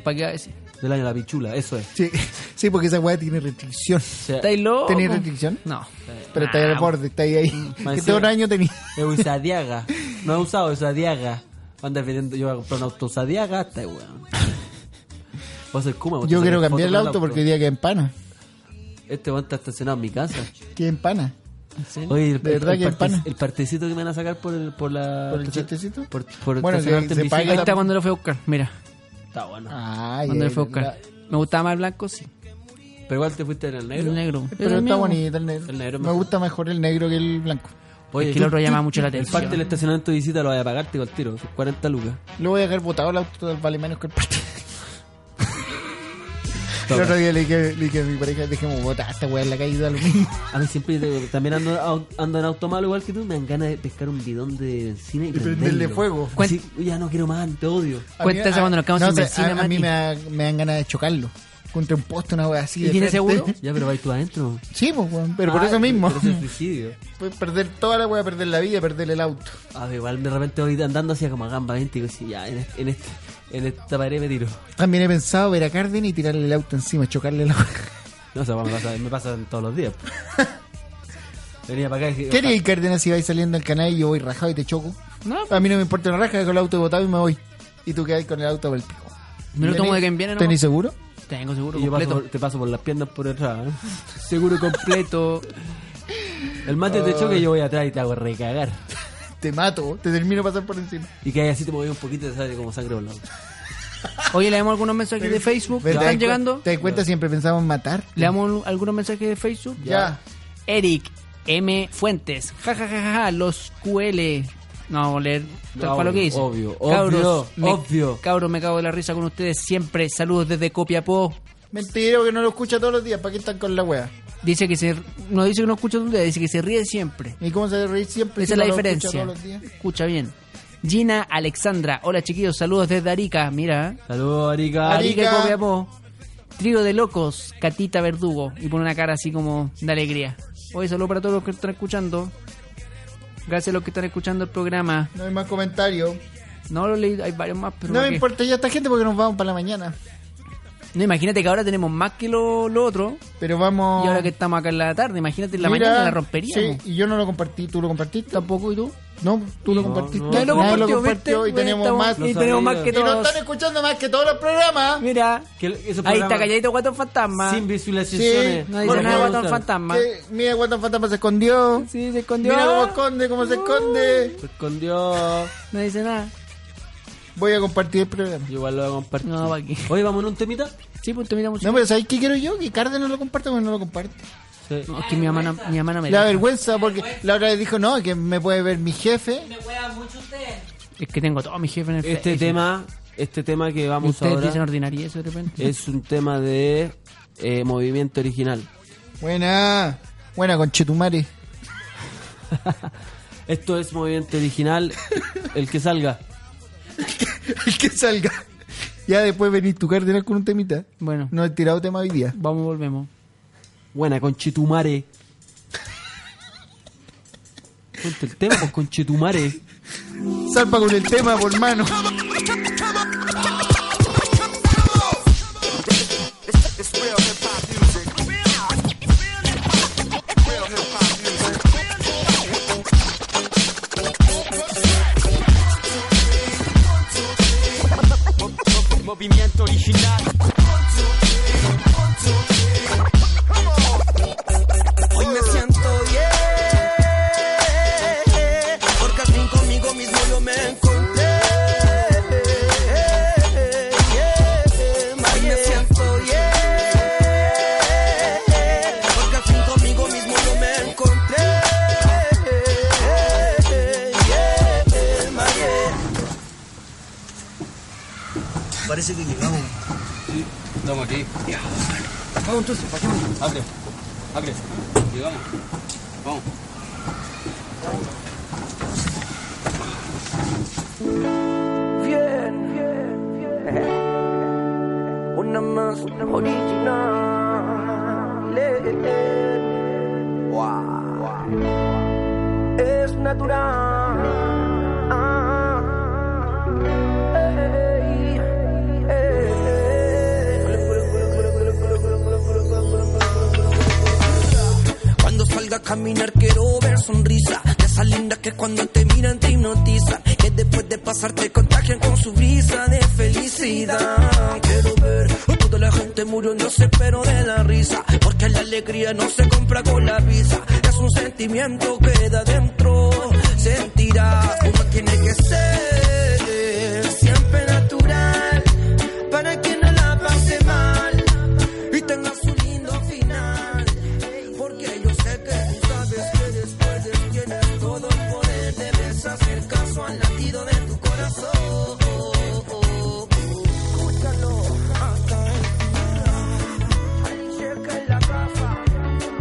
E: ¿Para qué va a decir?
A: Del año de la pichula, eso es.
B: Sí, [laughs] sí porque esa wea tiene restricción.
A: O sea,
E: ¿Estáis loco?
B: ¿Tenías restricción?
E: Oh, No. Ah,
B: Pero está ahí al borde, está ahí.
E: [laughs]
B: ahí. Que todo un año tenía.
A: es Usadiaga. No he usado Usadiaga. Andas pidiendo, yo voy a comprar un auto Usadiaga hasta, weón. Vos sos Kuma, vos
B: Yo
A: te
B: quiero
A: sacas
B: cambiar
A: fotos
B: el
A: con
B: auto porque hoy día queda en pana.
A: Este weón está estacionado en mi casa.
B: Queda en pana.
A: Oye, el,
B: De verdad
A: el,
B: que
A: el,
B: en pana.
A: el partecito que me van a sacar por, el, por la.
B: ¿Por el chistecito?
A: Por, por
B: Bueno, que
A: estacionarte
B: se
A: en
B: paga
E: Ahí
A: bicicleta.
E: está cuando lo fui a buscar. Mira,
A: Está bueno.
B: Ay,
E: cuando lo
B: ay,
E: fui a buscar.
B: la-
E: Me gustaba más el blanco, sí.
A: Pero igual te fuiste en el negro.
E: El negro.
B: Pero
E: el
B: está
E: mío.
B: bonito el negro.
A: El negro es
B: Me
A: mejor.
B: gusta mejor el negro que el blanco.
A: Oye,
E: Es que el otro llama mucho la
A: El parte del
E: atención.
A: estacionamiento de visita lo voy a pagar, te digo, al tiro. son 40 lucas.
B: Lo voy a dejar botado el auto, total, vale menos que el parte.
E: [laughs]
B: El otro día le dije, le dije a mi pareja, dejemos botar esta weá en la calle, da lo mismo.
E: [laughs]
A: A mí siempre te- también ando, au- ando en auto malo igual que tú, me dan ganas de pescar un bidón de benzina y,
B: prenderle
A: prenderlo.
B: fuego.
A: Así, ya no quiero más, te odio.
B: A mí-
E: Cuéntese
B: a-
E: cuando nos quedamos
B: no
E: sin
B: sé,
E: benzina,
B: a- A, mí
E: Mati.
B: me, da- me dan ganas de chocarlo. Contra un poste, una wea así.
E: ¿Y
B: de
E: tiene
B: frente. [laughs]
E: seguro?
A: Ya, pero vais tú adentro.
B: Sí, pues, weón, pero por
A: Ah,
B: eso mismo.
A: Por eso es suicidio.
B: [laughs] Puedes perder toda la wea, perder la vida, perder el auto.
A: A ver, igual de repente voy andando hacia como a gamba 20 y digo, sí, ya, en, este- en, este, en esta pared me tiro.
B: También he pensado ver a Cárdenas y tirarle el auto encima, chocarle la wea.
A: No sé, me pasa, me pasa todos los días. Venía para acá y dije,
B: [laughs] ¿Qué haría el Cárdenas si vais saliendo al canal y yo voy rajado y te choco?
E: No,
B: A mí no me importa una raja, dejo el auto botado y me voy. Y tú quedas con el auto por el pico.
E: me lo tomo de
B: ¿Tenés-
E: que enviar.
B: ¿Tenés seguro?
E: Tengo seguro
A: Y yo paso
E: completo.
A: por- te paso por las piernas por detrás. ¿eh?
E: Seguro completo.
A: El mate te choca y yo voy atrás y te hago recagar.
B: Te mato, te termino pasar por encima.
A: Y que ahí así te moví un poquito y te sale como sangre volando.
E: Oye, le damos algunos mensajes de Facebook.
B: Pero te das
E: ¿Están
B: cu-
E: llegando?
B: ¿Te das cuenta? Siempre pensamos matar.
E: Le damos algunos mensajes de Facebook.
B: Ya.
E: Eric M. Fuentes. Ja, ja, ja, ja, ja, los QL. No, vamos a leer tal
A: No,
E: cual lo que dice.
A: obvio, obvio,
E: me,
A: obvio.
E: Cabros, me cago de la risa con ustedes siempre. Saludos desde Copiapó.
B: Mentira, que no lo escucha todos los días. ¿Para qué están con la wea?
E: Dice que se... No dice que no escucha un día, dice que se ríe siempre.
B: ¿Y cómo se debe reír siempre?
E: Esa
B: si no
E: es la
B: lo escucha
E: diferencia.
B: todos los días?
E: Escucha bien. Gina Alexandra. Hola, chiquillos. Saludos desde Arica. Mira.
A: Saludos, Arica.
B: Ari- Arica.
E: Arica, y Copiapó. Trío de locos. Catita Verdugo. Y pone una cara así como de alegría. Oye, saludos para todos los que están escuchando. Gracias a los que están escuchando el programa.
B: No hay más comentarios.
E: No lo he leído, hay varios más, pero
B: No
E: ¿para
B: me
E: qué?
B: importa ya esta gente porque nos vamos para la mañana.
E: No, imagínate que ahora tenemos más que lo, lo otro.
B: Pero vamos.
E: Y ahora que estamos acá en la tarde, imagínate en la
B: Mira,
E: mañana la rompería.
B: Sí, y yo no lo compartí, tú lo compartiste.
E: Tampoco, ¿y tú?
B: No, tú lo compartiste.
E: no. Nadie lo
B: Nadie
E: compartió,
B: y
E: ¿viste?
B: tenemos más.
E: Estamos- y tenemos más
B: que
E: que
B: nos
E: todos.
B: están escuchando más que todos los programas.
E: Mira,
A: Que el- esos
E: ahí
A: programas
E: está calladito Guatón Fantasma.
A: Sin visualizaciones.
B: Sí,
E: no dice
A: Bueno,
E: nada
A: me
E: Guatón
A: gustan.
E: Fantasma.
B: Que- mira, Guatón Fantasma se escondió.
E: Sí, se escondió.
B: Mira cómo esconde, cómo se esconde.
A: Se escondió.
E: No dice nada.
B: Voy a compartir el programa.
A: Yo igual lo voy a compartir.
E: No, ¿para qué?
A: Oye, vamos en un temita.
E: Sí, pues te mira mucho.
B: No, pero ¿sabes qué quiero yo? Que Cárdenas lo comparte porque no lo comparte.
A: Sí.
E: No, es que mi mamá no, mi mamá no me
B: La
E: deja.
B: vergüenza, porque la otra vez dijo, no, que me puede ver mi jefe.
E: Es que tengo todo mi jefe en el
A: Este
E: Facebook.
A: tema, este tema que
E: Y
A: vamos
E: Ustedes
A: ahora
E: dicen ordinaria eso de repente.
A: es un tema de eh, movimiento original.
B: Buena, buena conchetumare.
A: Esto es movimiento original, el que salga.
B: [laughs] El que salga. Ya después venís tu Cárdenas con un temita.
E: Bueno,
B: No he tirado tema hoy día.
E: vamos, volvemos.
A: Buena, conchetumare. Ponte el tema, pues, conchetumare.
B: Salpa con el tema, por mano. [laughs]
H: Hoy me siento bien, porque al fin conmigo mismo yo me encontré. Hoy me siento bien, porque al fin conmigo mismo yo me encontré. Parece que llegamos.
I: Estamos aquí.
H: Vamos entonces, ¿para qué?
I: Abre. Abre. Llegamos. Vamos.
H: Bien, bien, bien. Una más original. Wow. Es natural. Ey, ey. Cuando salga a caminar quiero ver sonrisa de esa linda que cuando te miran te hipnotizan que después de pasarte contagian con su brisa de felicidad quiero ver a toda la gente muriéndose pero de la risa porque la alegría no se compra con la visa es un sentimiento que da dentro sentirás uno tiene que ser siempre natural para que no la pase mal y tenga su lindo final. Porque yo sé que tú sabes que después de tienes todo el poder, debes hacer caso al latido de tu corazón. Oh, Escúchalo hasta el final. Ahí llega en la casa,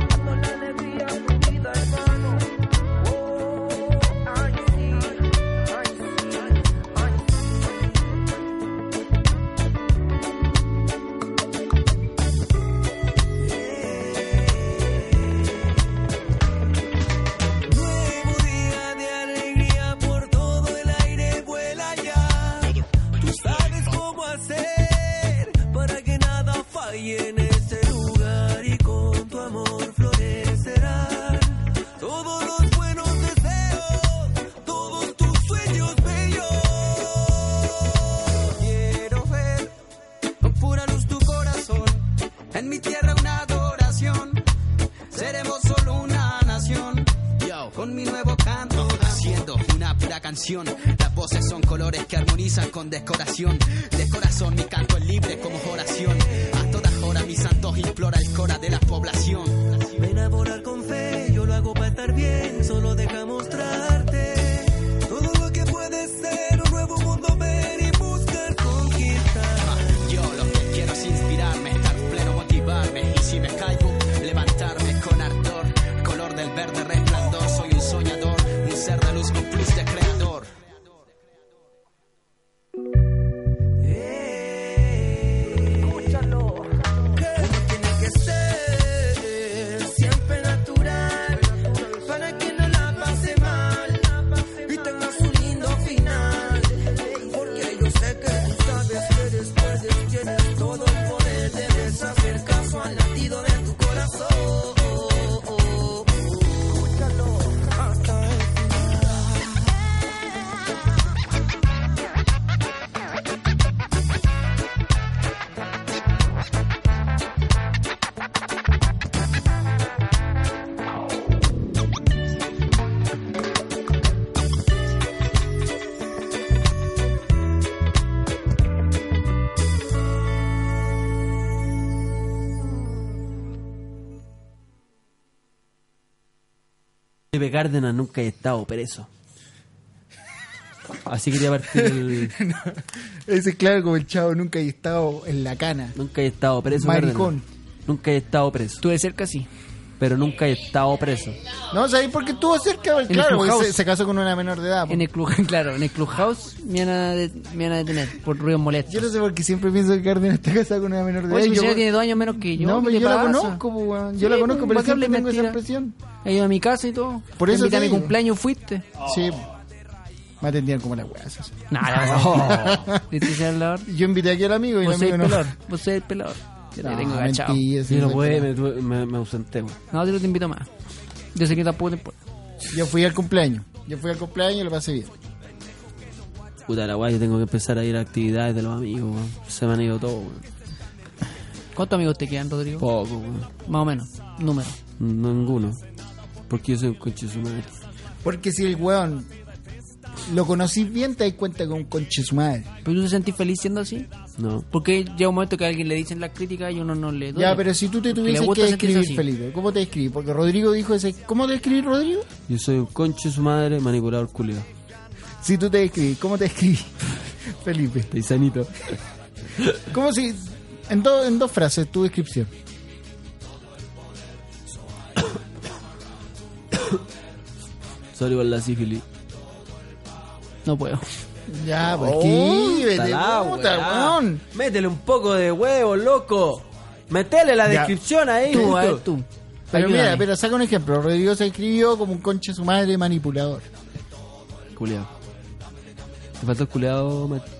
H: dando la alegría a tu vida, hermano. Oh, ay, sí, ay, sí, ay, sí. Nuevo día de alegría por todo el aire vuela ya. Tú sabes cómo hacer para que nada falle en este lugar y con tu amor florecerán todos los buenos deseos, todos tus sueños bellos. Quiero ver con pura luz tu corazón, en mi tierra una adoración. Seremos solo una nación. Yo, con mi nuevo canto, haciendo una pura canción. Las voces son colores que armonizan con decoración. De corazón, mi canto es libre como oración. A todas horas, mis santos implora el cora de la población. Ven a volar con fe, yo lo hago para estar bien. Solo deja mostrarte todo lo que puede ser un nuevo mundo. Ver y buscar conquistar. Yo lo que quiero es inspirarme, estar pleno, motivarme. Y si me caigo, levantarme con ardor. Color del verde resplandor, soy un soñador, un ser de luz con plus de creador. Escúchalo. Uno tiene que ser siempre natural para que
A: Pepe Cárdenas nunca haya estado preso. Así quería partir el...
B: Ese es claro como el chavo nunca ha estado en la cana.
A: Nunca he estado preso.
B: Maricón.
A: Cárdenas. Nunca he estado preso.
E: Tú de cerca sí.
A: Pero nunca he estado preso.
B: No, ¿sabes por qué estuvo cerca? Claro, porque
E: Clubhouse.
B: se, se casó con una menor de edad. po.
E: En el club, [laughs] claro, en el clubhouse me van a, de- me van a detener por ruido
B: Yo
E: molesto.
B: no sé por qué siempre pienso que Cárdenas está casado con una menor de edad.
E: Oye, si mi
B: Yo-
E: señora tiene dos años menos que yo.
B: no,
E: ¿qué
B: pero
E: le
B: yo la
E: pasa?
B: conozco, po, weón. yo
E: Sí,
B: la conozco, pero
E: pues, ¿para qué
B: siempre
E: hablas
B: tengo esa
E: mentira?
B: impresión.
E: He ido a mi casa y todo.
B: Por eso
E: Te invité
B: te
E: a mi
B: digo.
E: cumpleaños fuiste.
B: Sí, me atendían como las weas.
E: [laughs] Nada, no. [laughs] Leticia Hablador.
B: Yo invité aquí al amigo y el
E: Vos sois
B: amigo
E: el
B: no.
E: pelador. Vos sois el pelador. Yo te
B: No,
E: tengo
B: mentira,
E: agachado.
B: sí,
A: Yo no
B: no
A: pude,
B: creo.
A: me, tuve- me- me ausenté. weón.
E: No, yo no te invito más. Yo sé que tampoco te importa.
B: Yo fui al cumpleaños. Yo fui al cumpleaños y lo pasé bien.
A: Puta la guay, yo tengo que empezar a ir a actividades de los amigos. weón. Se me han ido todos. weón.
E: ¿Cuántos amigos te quedan, Rodrigo?
A: Poco, weón.
E: Más o menos. Número.
A: ninguno. Porque yo soy un coche su madre.
B: Porque si el weón lo conocís bien, te das cuenta con conche su madre.
E: ¿Pero tú te sentís feliz siendo así?
A: No.
E: Porque llega un momento que a alguien le dicen las críticas y uno no le duele.
B: Ya, pero si tú te
E: Porque le
B: tuvieses
E: gusta
B: que
E: sentirse
B: describir,
E: así.
B: Felipe, ¿cómo te describís? Porque Rodrigo dijo ese. ¿Cómo te describís, Rodrigo?
A: Yo soy un conche su madre manipulador culiado.
B: Si tú te describís, ¿cómo te describís, [laughs] Felipe?
A: Paisanito.
B: ¿Cómo si.? En, do- en dos frases, tu descripción.
A: Sorry por la sífilis.
E: No puedo.
B: Ya, pues
A: Oh,
E: Oh,
B: escríbete,
A: Talá,
B: puta,
A: weá.
B: weón.
A: Métele un poco de huevo, loco. Métele la
B: Ya.
A: descripción ahí.
E: Tú, a
A: listo.
E: ver, tú.
B: Pero
E: Ayúdame.
B: mira, pero saca un ejemplo. Rodrigo se escribió como un conche su madre manipulador.
A: Culeado. Te faltó el culeado, Mati.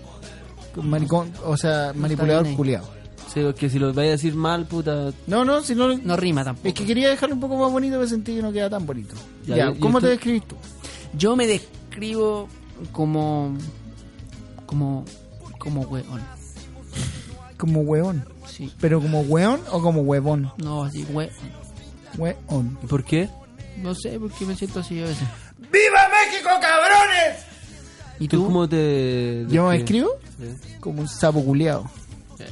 B: Maricón, o sea, manipulador
E: bien ahí.
B: culiado.
A: Sí, porque si lo vais a decir mal, puta.
B: No, no, si no.
E: No rima tampoco.
B: Es que quería dejarlo un poco más bonito, pero sentí que no queda tan bonito.
A: Ya,
B: Ya,
A: ¿y
B: ¿cómo
A: tú?
B: te describís tú?
E: Yo me describo como. como. como hueón.
B: Como hueón.
E: Sí.
B: ¿Pero como hueón o como huevón?
E: No, así, hueón.
B: Hueón.
A: ¿Y por qué?
E: No sé por qué me siento así a veces.
D: ¡Viva México, cabrones!
E: ¿Y
A: ¿Tú,
E: tú?
A: cómo te.?
B: ¿Yo me
A: describes? Eh.
B: describo?
A: Sí.
B: Como un sapo culiado.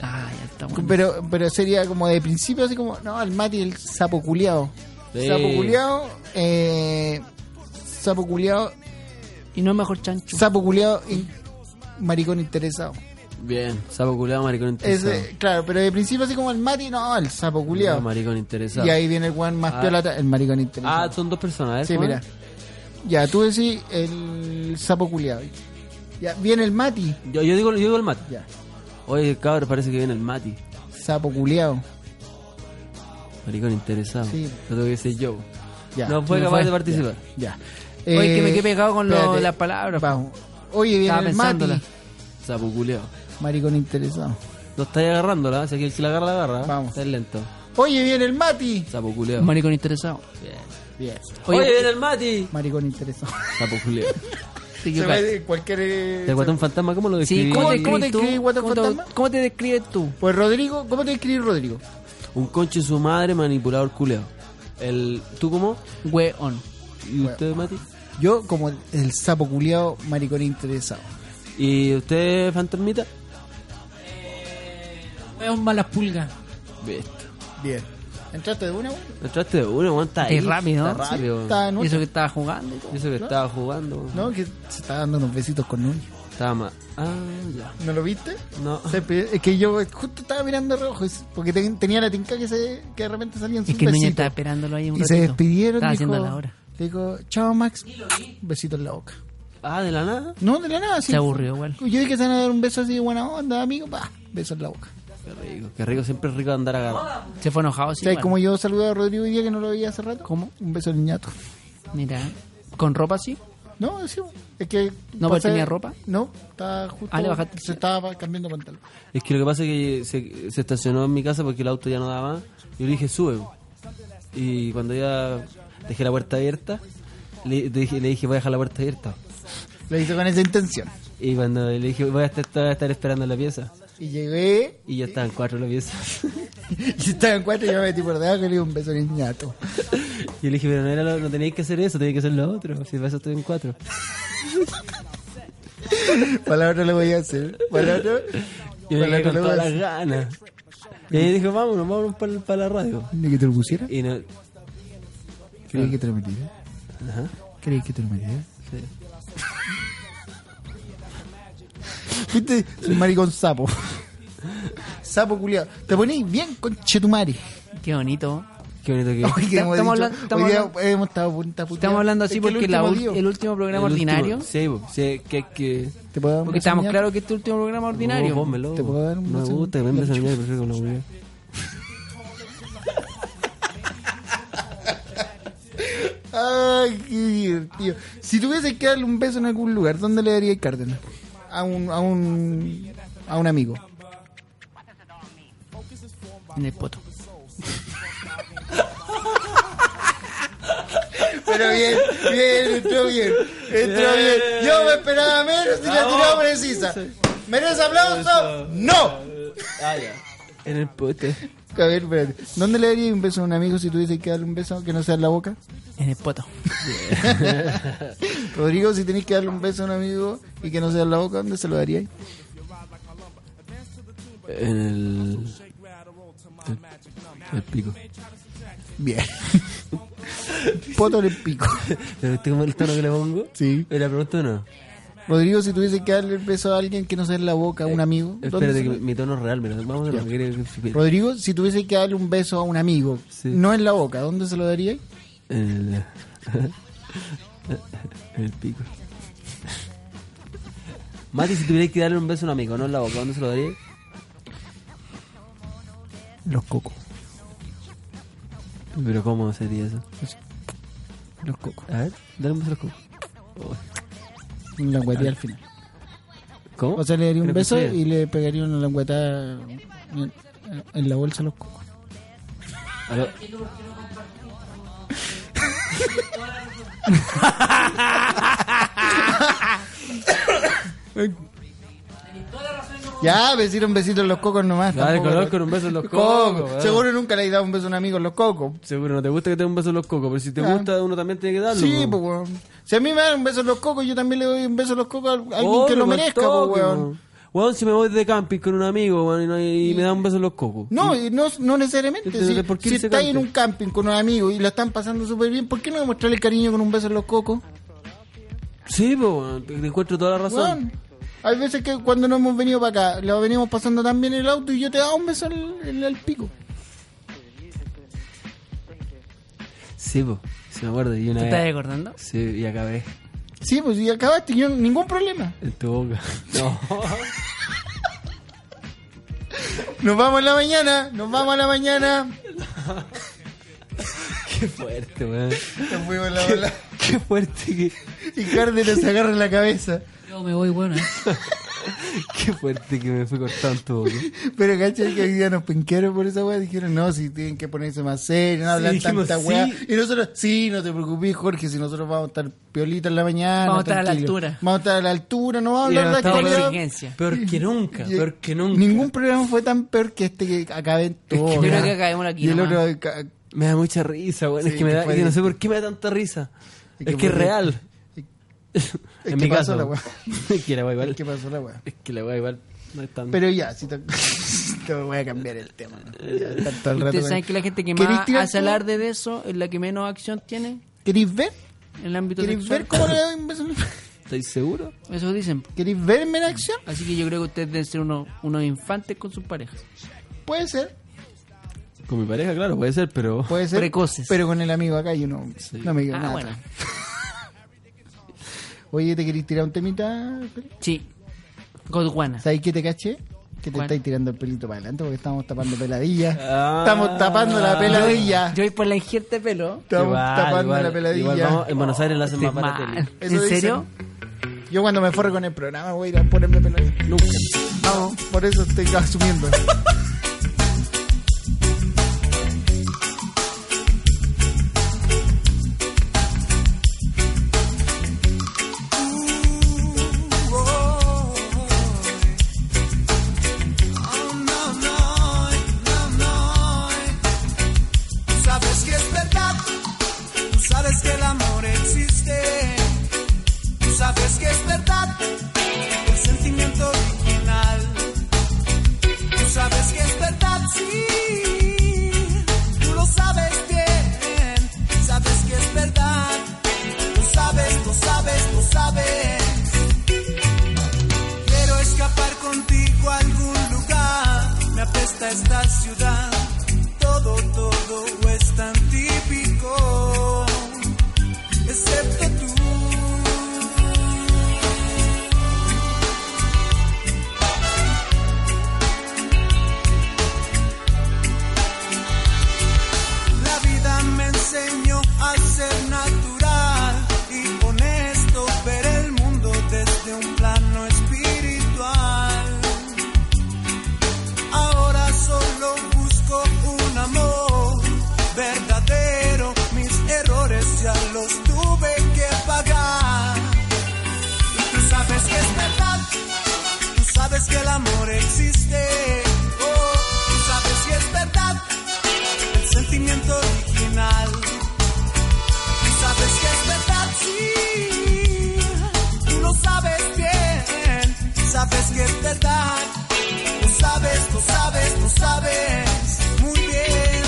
E: Ah, ya está bueno.
B: Pero, pero sería como de principio, así como, no, el Mati, el sapo culiado.
A: Sí.
B: Sapo culiado, eh, sapo culiado,
E: Y no es mejor chancho.
B: sapo culiado y maricón interesado.
A: Bien, sapo culeado, maricón interesado.
B: Ese, claro, pero de principio, así como el Mati, no, el sapo
A: No,
B: culiado.
A: maricón interesado.
B: Y ahí viene el weón más
A: Ah.
B: piola, el maricón
A: Ah,
B: interesado.
A: son dos personas, a ver,
B: Sí,
A: Juan.
B: mira. Ya, tú decís el sapo culiado. Ya, viene el Mati.
A: Yo, yo digo, yo digo el Mati.
B: Ya,
A: Oye, cabrón, parece que viene el Mati.
B: sapo culiado.
A: Maricón interesado.
B: Sí.
A: Lo tengo que decir yo.
B: Ya.
A: no fue
E: no
A: capaz
E: fue.
A: de participar.
B: Ya.
E: Oye, que me
B: Eh,
E: quedé pegado con lo-
B: espérate,
E: las palabras.
B: Vamos. Oye, viene
E: Estaba
B: el Mati.
E: pensándola.
A: Sapo culeado.
B: Maricón interesado.
A: No estáis agarrándola, si que el que la agarra, la agarra. ¿eh?
B: Vamos.
A: Estás lento.
B: Oye, viene el Mati.
A: Sapo culeado.
E: Maricón interesado.
A: Bien.
B: Bien.
A: Oye,
E: Oye, eh,
A: viene el Mati.
B: Maricón
E: [laughs]
B: interesado.
A: Sapo [laughs] culeado.
E: Te
B: eh, Se
E: equivocas.
B: va de cualquier. eh,
A: ¿Te guatón fantasma? ¿Cómo lo
E: Sí,
A: describí?
E: ¿cómo te,
B: ¿Cómo te
E: describes tú?
B: describís, Guatón
E: ¿Cómo te-
B: Fantasma?
E: ¿Cómo te describes tú?
B: Pues Rodrigo, ¿cómo te describís, Rodrigo?
A: Un conche su madre manipulador culeado. El, ¿Tú cómo?
E: Hueón.
A: ¿Y usted, Mati?
B: Yo, como el, el sapo culiado, maricón interesado.
A: ¿Y usted, Fantasmita?
C: Hueón malas pulgas.
A: Listo.
B: Bien. ¿Entraste de una, weón?
A: Entraste de uno, aguanta ahí.
E: Es rápido,
A: Está
E: ¿no?
A: rápido.
B: Estaba en
E: Y eso
B: otra.
E: que estaba jugando y todo.
A: Eso que estaba jugando.
B: No, que se estaba dando unos besitos con Núñez.
A: Estaba más. Ah, ya.
B: ¿No lo viste?
A: No.
B: Se pe- Es que yo justo estaba mirando rojo es- porque ten- tenía la tinca que, se, que de repente salían sus
E: Es que el niño
B: besitos.
E: estaba esperándolo ahí un
B: y se
E: ratito.
B: despidieron.
E: Estaba
B: dijo-
E: haciendo la hora.
B: Le dijo, chao Max, besito en la boca.
A: Ah, de la nada.
B: No, de la nada. sí.
E: Se aburrió igual.
B: Yo dije que se van a dar un beso así de buena onda, amigo, pa, beso en la boca.
A: Qué rico, qué rico, siempre es rico andar agarrado.
E: Se fue enojado, sí.
B: ¿Sabes
E: igual.
B: cómo yo saludé a Rodrigo hoy día que no lo veía hace rato?
E: ¿Cómo?
B: Un beso al ñato.
E: Mira, con ropa sí.
B: No, sí, es que...
E: ¿No, pero tenía ropa?
B: No, estaba justo...
E: Ah, le bajaste.
B: Se estaba cambiando pantalón.
A: Es que lo que pasa es que se, se estacionó en mi casa porque el auto ya no daba más. Yo le dije, sube. Y cuando ya dejé la puerta abierta, le dije, le dije voy a dejar la puerta abierta.
B: Lo hizo con esa intención.
A: Y cuando le dije, voy a estar, voy a estar esperando la pieza.
B: Y llegué, [laughs]
A: Y ya estaban cuatro las piezas. [laughs]
B: y estaba en cuatro y yo me metí por debajo y le di un beso al ñato.
A: Y le dije, pero no, era lo- no tenéis que hacer eso, tenéis que hacer lo otro. Si vas a estar en cuatro.
B: Palabra lo voy a hacer. Palabra.
A: Y yo le dije
B: palabra
A: con
B: lo voy
A: todas
B: a
A: las
B: hacer.
A: ganas. Y ella dijo, vámonos, vámonos para la radio.
B: ¿Ni que te lo pusiera?
A: Y no,
B: ¿Crees que te lo metiera?
A: Ajá.
B: ¿Crees que te lo mereces? [laughs] Viste, soy maricón sapo. sapo culiado. Te ponéis bien con Chetumari.
E: Qué bonito.
A: Qué bonito
E: [laughs]
A: que
B: Hoy que hemos
E: Estamos
B: dicho,
E: hablando- estamos
B: hoy día
E: hablando-
B: hemos estado punta puteado.
E: Estamos hablando
B: Es
E: así
B: que
E: porque la ul-
B: último día-
E: el último
A: El
E: programa
A: último.
E: ordinario.
A: Sí, bo, sí, que, que...
B: ¿Te puedo dar un
E: Porque estamos
B: señal?
E: claros que este último programa ordinario.
A: No, pónmelo,
B: ¿Te
A: bo.
B: puedo dar un
A: No me
B: beso?
A: gusta, me empieza a mirar, prefiero con la hueá.
B: Ay, qué divertido. Si tuviese que darle un beso en algún lugar, ¿dónde le daría el Cárdenas? A un, a un, a un amigo.
E: En el poto.
B: Pero bien, bien, entró bien. Entró bien. Yo me esperaba menos y la tiraba precisa. ¿Merece aplauso? ¡No!
A: En el pote.
B: A ver, espérate. ¿Dónde le daría un beso a un amigo si tuviese que darle un beso que no sea en la boca?
E: En el poto.
B: Rodrigo, si tenés que darle un beso a un amigo y que no sea en la boca, ¿dónde se lo daría?
A: En el... El pico.
B: Bien. [laughs] Poto en el pico.
A: ¿Pero viste cómo el tono que le pongo?
B: Sí.
A: ¿Era pregunta o no?
B: Rodrigo, si tuviese que darle el beso a alguien que no sea en la boca, a un amigo. ¿dónde
A: Espérate
B: se
A: que
B: lo-
A: mi, mi tono es real, mira. Vamos a lo que quería que-
B: Rodrigo, si tuviese que darle un beso a un amigo,
A: Sí.
B: no en la boca, ¿dónde se lo daría?
A: En el... [laughs] En el pico. Mati, si tuvierais que darle un beso a un amigo, no en la boca, ¿dónde se lo darías?
B: Los cocos.
A: Pero ¿cómo sería eso?
B: Los cocos.
A: A ver, dale un beso a los cocos. Oh.
B: La guatía al final.
A: ¿Cómo?
B: O sea, le daría un
A: Creo que
B: beso
A: sí.
B: y le pegaría una languetada en, en la bolsa a los cocos.
A: A lo-
B: Ya, besir un besito en los cocos nomás.
A: Dale,
B: tampoco-
A: color con un beso en
B: [laughs]
A: los
B: Coco.
A: cocos, weón.
B: Seguro nunca le he dado un beso a un amigo en los cocos.
A: Seguro no te gusta que te den un beso en los cocos, pero si te
B: Ah.
A: gusta, uno también tiene que darlo.
B: Sí,
A: po.
B: pues, weón. Si a mí me dan un beso en los cocos, yo también le doy un beso en los cocos a alguien
A: Oh,
B: que lo
A: me
B: merezca,
A: toque,
B: pues, weón.
A: weón. Weón, si me voy de camping con un amigo, weón, y, no- y me da un beso en los cocos.
B: No, y no, no necesariamente.
A: Entonces,
B: Si,
A: Este, ¿por qué
B: si
A: irse
B: estáis en
A: camping?
B: un camping con unos amigos y la están pasando súper bien, ¿por qué no demostrarle cariño con un beso en los cocos?
A: Sí, pues, weón, te te encuentro toda la razón.
B: Weón, hay veces que cuando no hemos venido para acá, lo venimos pasando tan bien en el auto y yo te daba un beso al, al- al pico.
A: Sí, pues, se me acuerda. Y una
E: ¿Te estás
A: vez.
E: acordando?
A: Sí, y acabé
B: Sí, pues y acabaste, yo ningún problema.
A: en tu
B: [laughs]
A: boca. No.
B: Nos vamos a la mañana, nos vamos a la mañana.
A: [laughs] Qué fuerte, weón.
B: Nos fuimos a la bola.
A: Qué fuerte que.
B: [laughs] Y Cárdenas se agarra la cabeza.
E: Yo me voy, bueno. eh.
A: Qué fuerte que me fue cortando tu boca.
B: Pero cachai que hoy día nos pinquearon por esa weá. Dijeron, no, si tienen que ponerse más serios, no hablan
A: dijimos,
B: tanta weá.
A: sí.
B: Y nosotros, sí, no te preocupes, Jorge, si nosotros vamos a estar piolitas en la mañana.
E: Vamos a estar a la
B: tranquilos.
E: altura.
B: Vamos a estar a la altura, no vamos a hablar de
E: Estaba en
B: actualidad.
E: exigencia.
A: Peor que nunca,
B: Y-
A: peor que nunca.
B: Ningún programa fue tan peor que este que acabé en todo.
E: Yo creo
B: weá.
E: que acabemos aquí.
B: Y el
E: nomás.
B: otro, ca-
A: Me da mucha risa, weón.
B: Sí,
A: es que me
B: que
A: da.
B: fue-
A: es que no sé por qué me da tanta risa.
B: Es
A: Es
B: que
A: que, es
B: fue-
A: real. en [laughs]
B: que
A: mi
B: pasó
A: caso.
B: la weá.
A: [laughs] es que la weá igual.
B: ¿qué pasó la weá?
A: Es que la weá igual. No es tan.
B: Pero ya, si te, [laughs] te voy a cambiar el tema. ¿no? Ya, tanto el rato
E: Ustedes
B: con-
E: saben que la gente que
B: ¿Querés
E: más
B: tirar
E: hace
B: tú?
E: alarde de eso es la que menos acción tiene
B: ¿Queréis ver?
E: en el ámbito
B: ¿Queréis
E: sexual.
B: ver cómo le doy un
E: [laughs]
B: beso? en el-
A: ¿Estáis seguros?
E: Eso dicen.
B: ¿Queréis verme en acción?
E: Así que yo creo que ustedes deben ser unos, unos infantes con sus parejas.
B: Puede ser.
A: Con mi pareja, claro, puede ser, pero.
B: Puede ser.
E: Precoces.
B: Pero con el amigo acá yo no, no me quedo
E: Ah,
B: nada.
E: bueno.
B: atrás. Oye, ¿te querés tirar un temita?
E: Sí. Godwana.
B: ¿Sabes qué te caché? Que te
E: ¿Cuál?
B: estáis tirando el pelito para adelante porque estamos tapando peladilla.
A: Ah.
B: estamos tapando la peladilla.
E: Yo voy por la ingesta de pelo.
B: estamos
A: Igual,
B: tapando
A: igual,
B: la peladilla.
A: Igual vamos, en Buenos Aires la hacen
E: Estoy
A: más barata.
E: mal.
B: Eso
E: ¿En
B: dicen.
E: serio?
B: Yo cuando me forre con el programa voy a ir a ponerme peladilla.
A: Nunca.
B: Vamos, por eso estoy [laughs] asumiendo.
H: Sabes que es verdad, tú sabes que el amor existe, tú sabes que es verdad, el sentimiento original, tú sabes que es encanta esta ciudad. Todo, todo es tan típico, excepto tú. La vida me enseñó a ser natural y honesto, ver el mundo desde un plano espiritual. Ahora solo busco un amor verdadero, mis errores ya los tuve que pagar. Y tú sabes que es verdad, tú sabes que el amor existe. Oh, tú sabes que es verdad el sentimiento original. Y sabes que es verdad, sí. Tú lo sabes bien, sabes que es verdad. Lo sabes, lo sabes, lo sabes muy bien.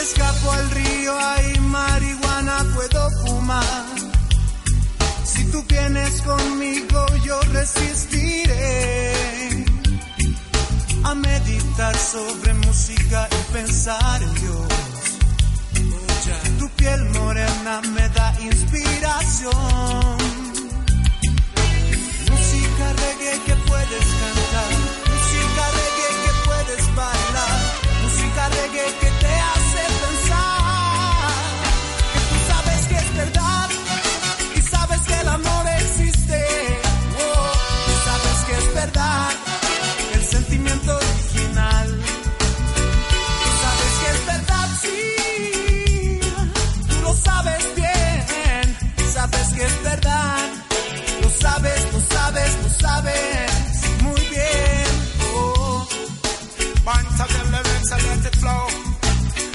H: Escapo al río, hay marihuana, puedo fumar. Si tú vienes conmigo, yo resistiré a meditar sobre música y pensar en Dios. Tu piel morena me da inspiración. Música reggae que puedes cantar, música reggae que puedes bailar, música reggae que te hace pensar. Que tú sabes que es verdad y sabes que el amor existe. Oh, y sabes que es verdad el sentimiento original. Y sabes que es verdad, sí. Tú lo sabes bien, sabes que es verdad. Lo sabes, lo sabes, lo sabes muy bien. Oh.
D: Man, tell them the lyrics and let it flow.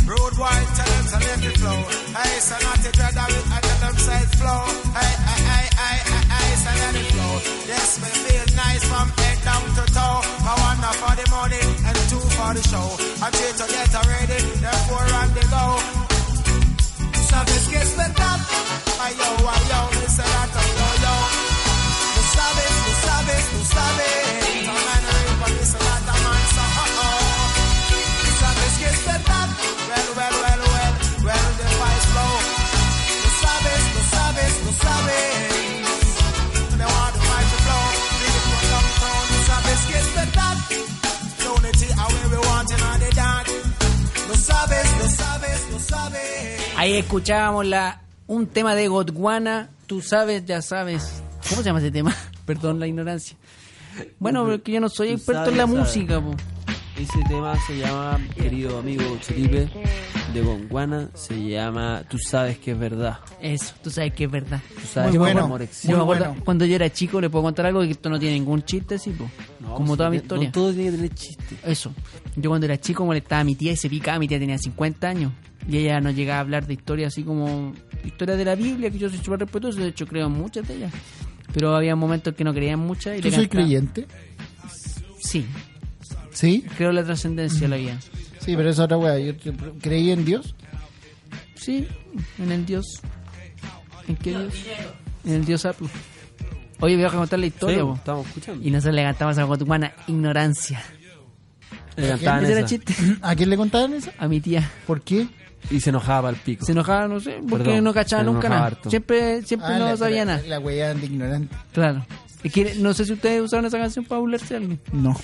D: Road wide, tell them to let it flow. Hey, so not to dread of it, I tell them say it flow. Hey, hey, hey, hey, hey, hey, so let it flow. Yes, we feel nice from head down to toe. I wanna for the money and two for the show. I three to get ready, then four on the go.
H: Sabes que es verdad,
D: Ayo, ayo, listen that up, yo, yo.
H: lo sabes, lo sabes, lo sabes.
D: So man, river, listen that up, man, so uh-oh.
H: Sabes que es verdad,
D: Well, well, well, well, well, the vice flow.
H: lo sabes, lo sabes, lo sabes.
D: They want the vice to flow. Leave it for some town, you sabi.
H: Sabes que es verdad,
D: Unity are where we want in all the dance.
H: lo sabes, lo sabes, lo sabes.
E: Ahí escuchábamos la, un tema de Godwana, tú sabes, ya sabes. ¿Cómo se llama ese tema? [laughs] Perdón la ignorancia. Bueno, porque yo no soy
A: Tú
E: experto
A: sabes,
E: en la
A: sabes.
E: música, po.
A: Ese tema se llama, querido amigo Chiripe, de Bonguana, se llama Tú sabes que es verdad.
E: Eso, tú sabes que es verdad.
A: Tú sabes
B: Muy
A: que
B: bueno.
A: el amor existe.
E: yo
B: Muy
E: me acuerdo
B: bueno.
E: cuando yo era chico, le puedo contar algo que esto no tiene ningún chiste, sí, po.
A: No,
E: Como
A: pues,
E: toda mi
A: no
E: historia.
A: todo tiene que tener chiste.
E: Eso. Yo cuando era chico molestaba a mi tía y se picaba. Mi tía tenía 50 años. Y ella nos llegaba a hablar de historias así como historias de la Biblia, que yo soy súper respetuoso. De hecho, creo en muchas de ellas. Pero había momentos que no creía en muchas. Y
B: ¿Tú
E: le
B: soy
E: cantaba.
B: creyente?
E: Sí,
B: Sí.
E: creo en la trascendencia de la vida.
B: Sí, pero es otra wea. Yo yo creí en Dios.
E: Sí, en el Dios. ¿En qué Dios? En el Dios Apple. Oye, voy a contar la
A: Sí,
E: historia, vos.
A: estamos escuchando.
E: Y nosotros le cantamos a Guatumana ignorancia.
A: Le cantaban
E: Ese era el
A: Ah, esa.
E: chiste.
B: ¿A quién le contaban eso?
E: A mi tía.
B: ¿Por qué?
A: Y se enojaba al pico.
E: Se enojaba, no sé, porque
A: Perdón,
E: no cachaba
A: se
E: nunca
A: enojaba
E: nada.
A: harto.
E: Siempre, siempre
B: Ah,
E: no
B: la-
E: sabía
B: la-
E: nada.
B: La wea de ignorante.
E: Claro. Es que no sé si ustedes usaron esa canción para burlarse de alguien.
B: No.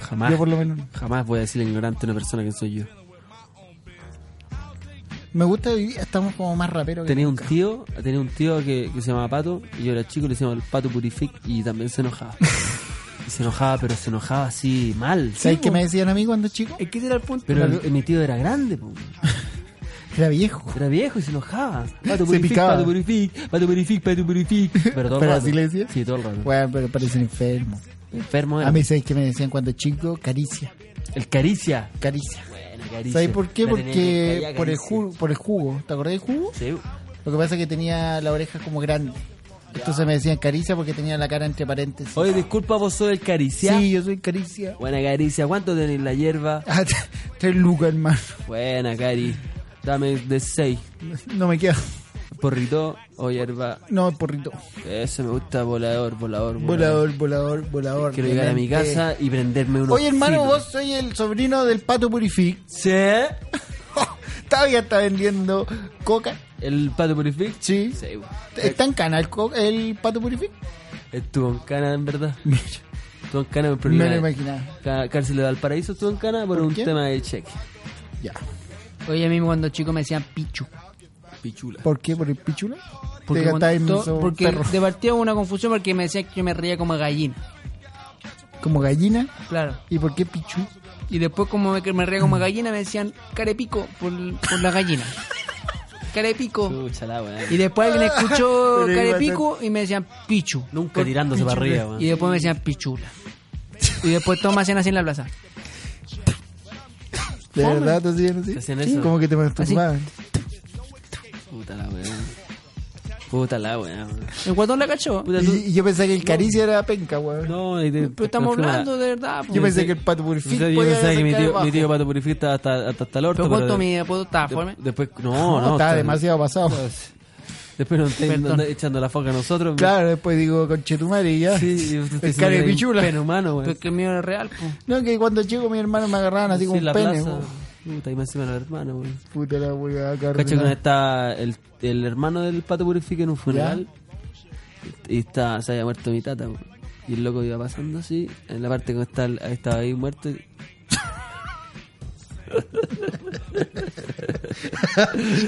A: Jamás.
B: Yo por lo menos no.
A: Jamás voy a decirle ignorante a una persona que soy yo.
B: Me gusta vivir. Estamos como más raperos. que
A: Tenía un
B: nunca.
A: tío, tenía un tío que, que se llamaba Pato, y yo era chico, le decíamos el Pato Purific, y también se
B: [laughs]
A: enojaba. y se enojaba, pero se enojaba así mal.
B: ¿Sabes
A: sí,
B: qué
A: po.
B: me decían a mí cuando chico?
E: Es que ese era el punto.
A: Pero el- mi tío era grande, po.
B: Era viejo.
A: era viejo y se
B: [laughs]
A: enojaba. Pato
B: Se
A: Purific,
B: picaba.
A: Pato Purific, Pato Purific, Pato
B: [laughs]
A: Purific. Pero, todo el
B: ¿Pero
A: rato.
B: así le decía?
A: Sí, todo el rato.
B: Bueno, pero parece enfermo.
A: Enfermo era.
B: A mí, ¿sabes qué me decían cuando chico? Caricia.
A: El caricia.
B: Caricia.
A: Bueno, caricia.
B: ¿Sabes por qué?
A: La tenía que
B: Porque
A: caía
B: por el,
A: caricia.
B: jugo, por el jugo. ¿Te acordás del jugo?
A: Sí.
B: Lo que pasa es que tenía la oreja como grande. Entonces me decían caricia porque tenía la cara entre paréntesis.
A: Oye, disculpa, vos soy el caricia.
B: Sí, yo soy caricia. [laughs]
A: Buena caricia, ¿cuánto tenés la hierba?
B: Ah, Tres lucas, hermano.
A: Buena, cari. Dame de 6.
B: No me queda.
A: Porrito o hierba.
B: No, porrito.
A: Eso me gusta, volador, volador.
B: Volador, volador, volador.
A: Quiero llegar a mi
B: Realmente.
A: casa y prenderme unos
B: Oye, hermano,
A: filos.
B: vos soy el sobrino del Pato Purific. [laughs] Oh,
A: ¿Sí?
B: Todavía está vendiendo coca.
A: ¿El pato purific?
B: Sí.
A: Sí, güey.
B: ¿Está en canal co- el Pato Purific?
A: Estuvo en Cana, en verdad.
B: [laughs] Mira,
A: Estuvo en Cana por
B: me
A: primera
B: lo
A: vez.
B: imaginaba.
A: Ca- Cárcel de Valparaíso estuvo en Cana por,
B: ¿Por
A: un
B: qué?
A: tema de cheque.
B: Ya.
E: Oye, a mí cuando chico me decían Pichu.
A: Pichula.
B: ¿Por qué? ¿Por el pichula?
E: Porque,
B: Te gastáis
E: cuando-
B: mucho
E: porque
B: perro.
E: de partida hubo una confusión porque me decían que yo me reía como gallina.
B: Como gallina.
E: Claro.
B: ¿Y por qué pichu?
E: Y después como me, me reía como gallina me decían carepico por, por la [laughs] gallina. Carepico.
A: Chucha la weá.
E: Y después alguien [laughs] escuchó
B: Pero
E: carepico y me decían Pichu.
A: Nunca tirándose para arriba, weón.
E: Y después me decían Pichula. Y después todos me hacían así en la plaza.
B: ¿De verdad te hacían así?
A: Te hacían
B: Sí,
A: eso.
B: Como que te masturbaban.
A: Puta la weá. Puta la weá. weón.
E: El guatón la cachó.
A: Puta, tú-
B: Y, y yo pensé que el caricia era penca, weón.
A: No, y te-
E: Pero estamos
A: confirma.
E: hablando de verdad. pues. po.
B: Yo pensé que el Pato Purific
A: Entonces, Yo
B: podía
A: pensaba que mi
B: sacar
A: tío,
B: abajo.
A: mi tío Pato Purific estaba hasta, hasta, hasta el orto.
E: Pero cuánto
A: de-
E: mi apodo estaba forme.
A: de- Después, no,
B: [laughs] No,
A: no.
B: estaba
A: está- Pues,
B: demasiado pasado.
A: Después nos está
E: Perdón.
A: nos está echando la foca a nosotros.
B: Claro, después digo, conchetumare y ya.
A: Sí,
B: el cara de pichula.
A: Pene humano, weón.
E: Pero que el mío era real. po.
B: No, que cuando chico mis hermanos me agarraban así como
A: Sí,
B: un
A: la
B: pene,
A: plaza.
B: weón.
A: Puta, y más encima los hermanos, weón.
B: Puta la weá,
A: Cacha que
B: carnal.
A: una vez estaba el, el hermano del Pato Purifica en un funeral y está, se había muerto mi tata. po. Y el loco iba pasando así, en la parte que está, el- estaba ahí muerto. y-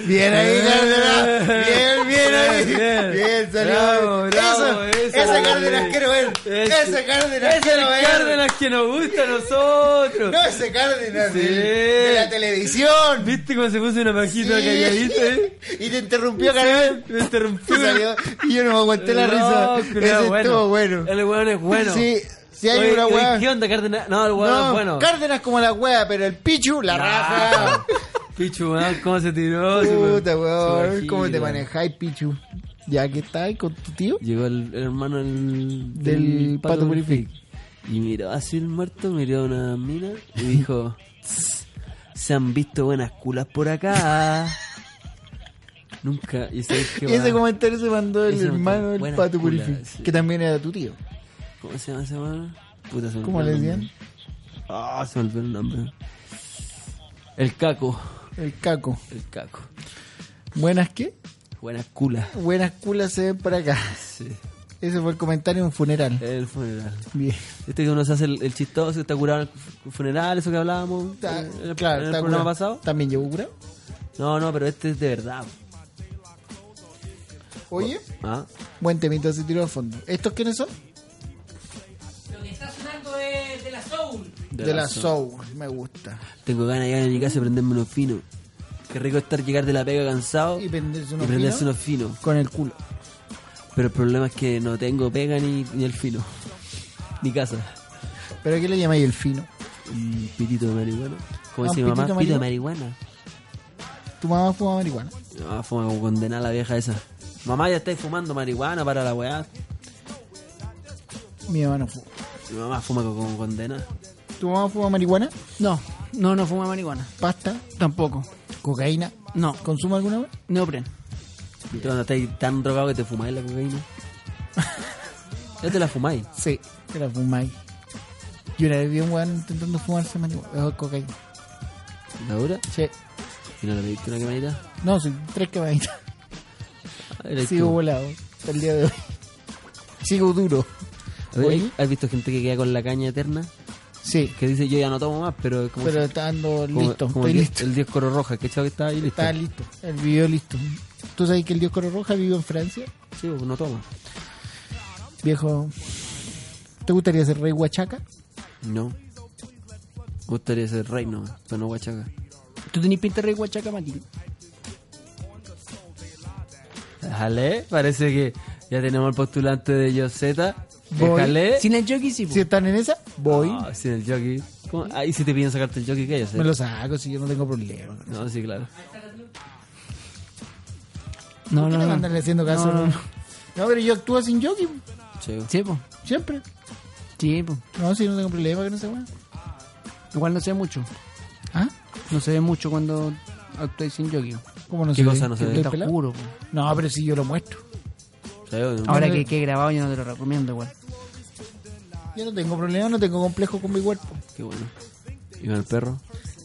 B: Bien ahí,
A: [laughs]
B: Cárdenas. Bien, bien ahí.
A: Eh, Bien.
B: Bien, salió.
A: Bravo, bravo,
B: eso,
A: ese,
B: ese
A: bravo.
B: Cárdenas quiero ver.
A: Ese.
B: Ese Cárdenas quiero ver.
A: que nos gusta a nosotros!
B: No, ese Cárdenas
A: Sí.
B: del- de la televisión.
A: ¿Viste cómo se puso una pajita
B: Sí. [laughs] Y te interrumpió, Cárdenas.
A: Me interrumpió.
B: Te salió. Y yo no me aguanté la risa. Ese estuvo bueno.
A: El weón es bueno.
B: Sí, sí hay una weá.
A: ¿Qué onda, Cárdenas? No, el weón es
B: No,
A: bueno.
B: Cárdenas como la wea, pero el Pichu,
A: [laughs]
B: la raja.
A: Pichu, weón, ¿cómo se tiró? Se fue-
B: Puta,
A: se
B: weón.
A: fue
B: ¿Cómo te
A: gira.
B: manejáis, Pichu? Ya que estás ahí con tu tío.
A: Llegó el, el hermano del,
B: Del Pato
A: Purific. Y miró así el muerto, miró a una mina y dijo: "Tss, Se han visto buenas culas por acá. Nunca. Y sabes qué,
B: [laughs] Y ese
A: weón?
B: comentario se mandó el
A: Ese
B: hermano
A: comentario.
B: del
A: Buena
B: Pato
A: cula,
B: Purific,
A: sí.
B: que también era tu tío.
A: ¿Cómo se llama ese weón? Puta, se me
B: ¿Cómo
A: olvidó
B: le
A: el nombre.
B: decían?
A: Ah, se me olvidó el nombre. El caco.
B: El caco.
A: El caco.
B: ¿Buenas qué?
A: Buenas culas.
B: Buenas culas se ven para acá.
A: Sí.
B: Ese fue el comentario en un funeral.
A: El funeral.
B: Bien.
A: Este que uno se hace el, el chistoso, está curado en el fu- funeral, eso que hablábamos.
B: Está-
A: en el,
B: claro,
A: en el programa
B: está curado.
A: pasado.
B: ¿También llegó curado?
A: No, no, pero este es de verdad.
B: Oye,
A: ¿Ah?
B: buen temita se tiró a fondo. ¿Estos quiénes son? De, la, Soul. me gusta.
A: Tengo ganas de llegar a mi casa y prenderme unos finos. Qué rico estar llegar de la pega cansado
B: Y prenderse
A: y
B: unos
A: prenderse
B: finos
A: unos finos.
B: con el culo.
A: Pero el problema es que no tengo pega ni, ni el fino. Ni casa.
B: ¿Pero a qué le llamáis el fino?
A: Un pitito de marihuana. Como
B: Ah,
A: dice mi
B: un
A: mamá,
B: pitito de
A: pito de marihuana.
B: ¿Tu mamá fuma marihuana?
A: Ah, fuma como condenada la vieja esa. Mamá, ya estáis fumando marihuana para la weá.
B: Mi mamá no fuma.
A: Mi mamá fuma como condenada.
B: ¿Tu mamá fuma marihuana?
E: No, no, no fuma marihuana.
B: ¿Pasta?
E: Tampoco.
B: ¿Cocaína?
E: No,
B: ¿Consuma alguna vez?
E: neopren.
A: ¿Tú cuando estáis tan drogado que te fumáis la
B: [laughs]
A: cocaína? ya te la fumáis.
B: Sí, te la fumáis. Yo una vez vi a un weón intentando fumarse marihuana. eh, cocaína.
A: ¿La dura?
B: Sí.
A: ¿Y no le pediste una quemadita?
B: No, sí, tres quemaditas.
A: Ah, eres
B: Sigo
A: tú.
B: volado hasta el día de hoy. Sigo duro.
A: A ver,
B: Oye.
A: ¿Has visto gente que queda con la caña eterna?
B: Sí,
A: Que dice yo ya no tomo más, pero es como.
B: pero está ando
A: como-
B: listo.
A: como
B: estoy
A: el,
B: listo.
A: El dios coro roja, que chavo que está ahí listo.
B: Está listo. El video listo. ¿Tú sabes que el Dios Coro Roja vivió en Francia?
A: Sí, pues, no toma.
B: Viejo, ¿te gustaría ser rey huachaca?
A: No. Me gustaría ser rey nomás, pero no guachaca.
E: Tú tenés pinta de guachaca, Mati.
A: Jale, parece que ya tenemos el postulante de Yoseta.
B: Voy.
A: Jale.
E: Sin el jockey, ¿Eh? sí. po.
B: Si están en esa, voy.
A: Ah, sin el jockey. ¿Cómo? Ahí si te piden sacarte el jockey, ¿qué hay que hacer?
B: Me lo saco si yo no tengo problema.
A: No, sí, claro.
E: No,
B: ¿Por qué
E: no,
B: te
E: no.
B: mandan haciendo caso?
E: No, no, no.
B: No, pero yo actúo sin jockey,
A: Sí.
E: Sí, po.
B: siempre.
E: Sí, po.
B: No, si no tengo problema con esa weá.
E: Igual no se ve mucho.
B: ¿Ah?
E: No se ve mucho cuando actúas sin jockey.
B: ¿Cómo no
A: ¿Qué
B: se ve?
A: cosa no se
B: ¿Que
A: ve?
B: estoy
E: Te
B: pelado?
E: juro, po.
B: No, pero si yo lo muestro.
A: Sí,
B: Ah.
A: obvio.
E: Ahora que, que he grabado yo no te lo recomiendo, weón.
B: Yo no tengo problema, no tengo complejo con mi cuerpo.
A: Qué bueno. ¿Y con el perro?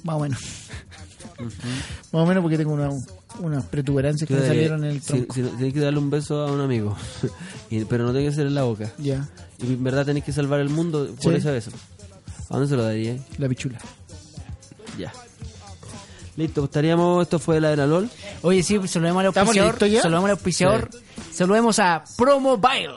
B: Más o menos. Más o menos porque tengo una- unas protuberancias que me salieron en el
A: si,
B: tronco.
A: si no- tenés que darle un beso a un amigo, [laughs] Y- pero no tiene que ser en la boca.
B: Ya,
A: Y en verdad tenés que salvar el mundo por
B: Sí.
A: ese beso. ¿A dónde se lo daría?
B: la pichula.
A: Ya. Listo, pues, estaríamos. Esto fue la era LOL.
E: Oye, sí, saludemos al
B: ¿Estamos
E: auspiciador.
B: listos ya?
E: Saludemos al auspiciador. Saludemos a Promobile.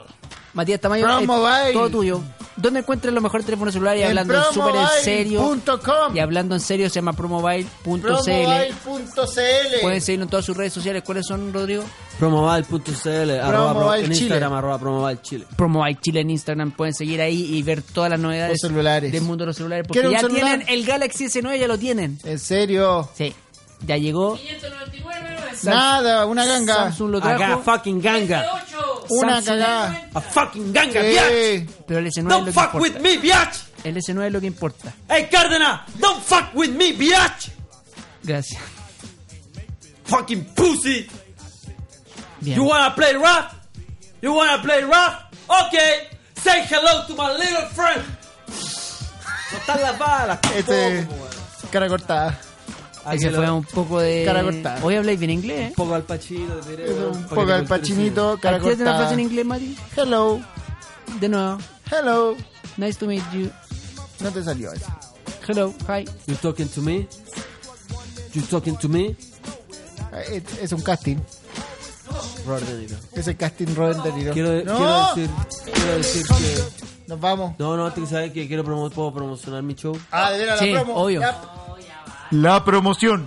E: Matías Tamayo.
B: Promobile.
E: eh, todo tuyo. ¿Dónde encuentras los mejores teléfonos celulares? Y hablando
B: En
E: súper en serio.
B: promobile.com.
E: Y hablando en serio, se llama promobile.cl. Pueden
B: Promobile.cl.
E: seguirlo en todas sus redes sociales. ¿Cuáles son, Rodrigo?
A: Promobile.cl. arroba pro- En
B: Chile.
A: Instagram, arroba promobile chile.
E: Promobile Chile en Instagram. Pueden seguir ahí y ver todas las novedades
B: Los celulares.
E: del mundo de los celulares. Porque
B: ¿Quieren un
E: ya
B: celular?
E: tienen el Galaxy S9, ya lo tienen.
B: En serio.
E: Sí, ya llegó.
B: Nada, una ganga.
E: Samsung lo
A: Acá,
E: trajo.
A: fucking ganga.
B: Una
E: Samsung.
B: cagada.
A: A fucking ganga, biatch.
B: Sí.
E: Pero el S9
A: Don't
E: es lo
A: fuck
E: que
A: with
E: importa.
A: me, biatch.
E: El S9 es lo que importa.
A: Hey, Cárdenas, don't fuck with me, biatch.
E: Gracias.
A: Fucking pussy.
E: Bien.
A: You wanna play rap? You wanna play rap? Okay, say hello to my little friend. No están las balas.
B: Este. Cara cortada.
E: Ese fue un poco de.
B: Cara cortada.
E: Hoy habláis bien inglés, ¿eh?
A: Un poco al pachino, te diré, weón,
B: Un
A: para que
B: poco
A: te
B: al
A: culturices.
B: pachinito, cara
E: Actívate una frase en
B: cortada.
E: inglés, Mati.
B: Hello,
E: De nuevo.
B: hello.
E: Nice to meet you.
B: No te salió eso.
E: Hello, hi.
A: You talking to me? You talking to me?
B: Es, es un casting.
A: Robert De Niro.
B: Es el casting Robert De Niro.
A: Quiero, de-
B: ¡No!
A: quiero decir, quiero decir que
B: Nos vamos.
A: no, no, tú sabes que quiero promo puedo promocionar mi show.
B: Ah, de veras,
E: Sí,
B: la promo.
E: obvio.
B: La... la promoción.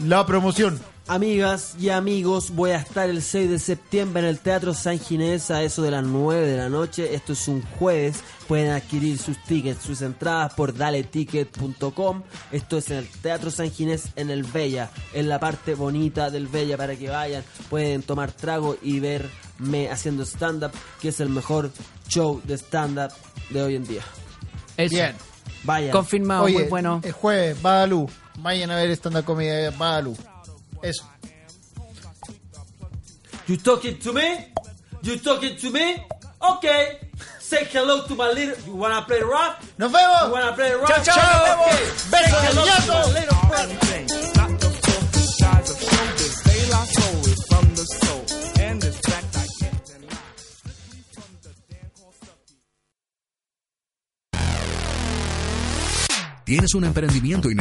B: La promoción.
A: Amigas y amigos, voy a estar el 6 de septiembre en el Teatro San Ginés a eso de las 9 de la noche. Esto es un jueves. Pueden adquirir sus tickets, sus entradas por daleticket.com. Esto es en el Teatro San Ginés en el Bella, en la parte bonita del Bella para que vayan. Pueden tomar trago y verme haciendo stand-up, que es el mejor show de stand-up de hoy en día.
E: Eso.
B: Bien.
A: Vayan.
E: Confirmado,
B: Oye, eh,
E: muy bueno.
B: Es jueves, Badalú. Vayan a ver stand-up comedia Badalú. Eso.
A: You talking to me? You talking to me? Okay. Say hello to my little. You wanna play rock?
B: ¡Nos vemos!
A: You wanna play rock?
B: ¡Chao, chao!
A: Okay.
B: ¡Nos vemos! ¡Besos,
A: Say hello to my
B: gallazo!
A: little friend.
D: Not the full size of shoulders. They lost soul is from the soul. And this fact I can't deny.
J: ¿Tienes un emprendimiento y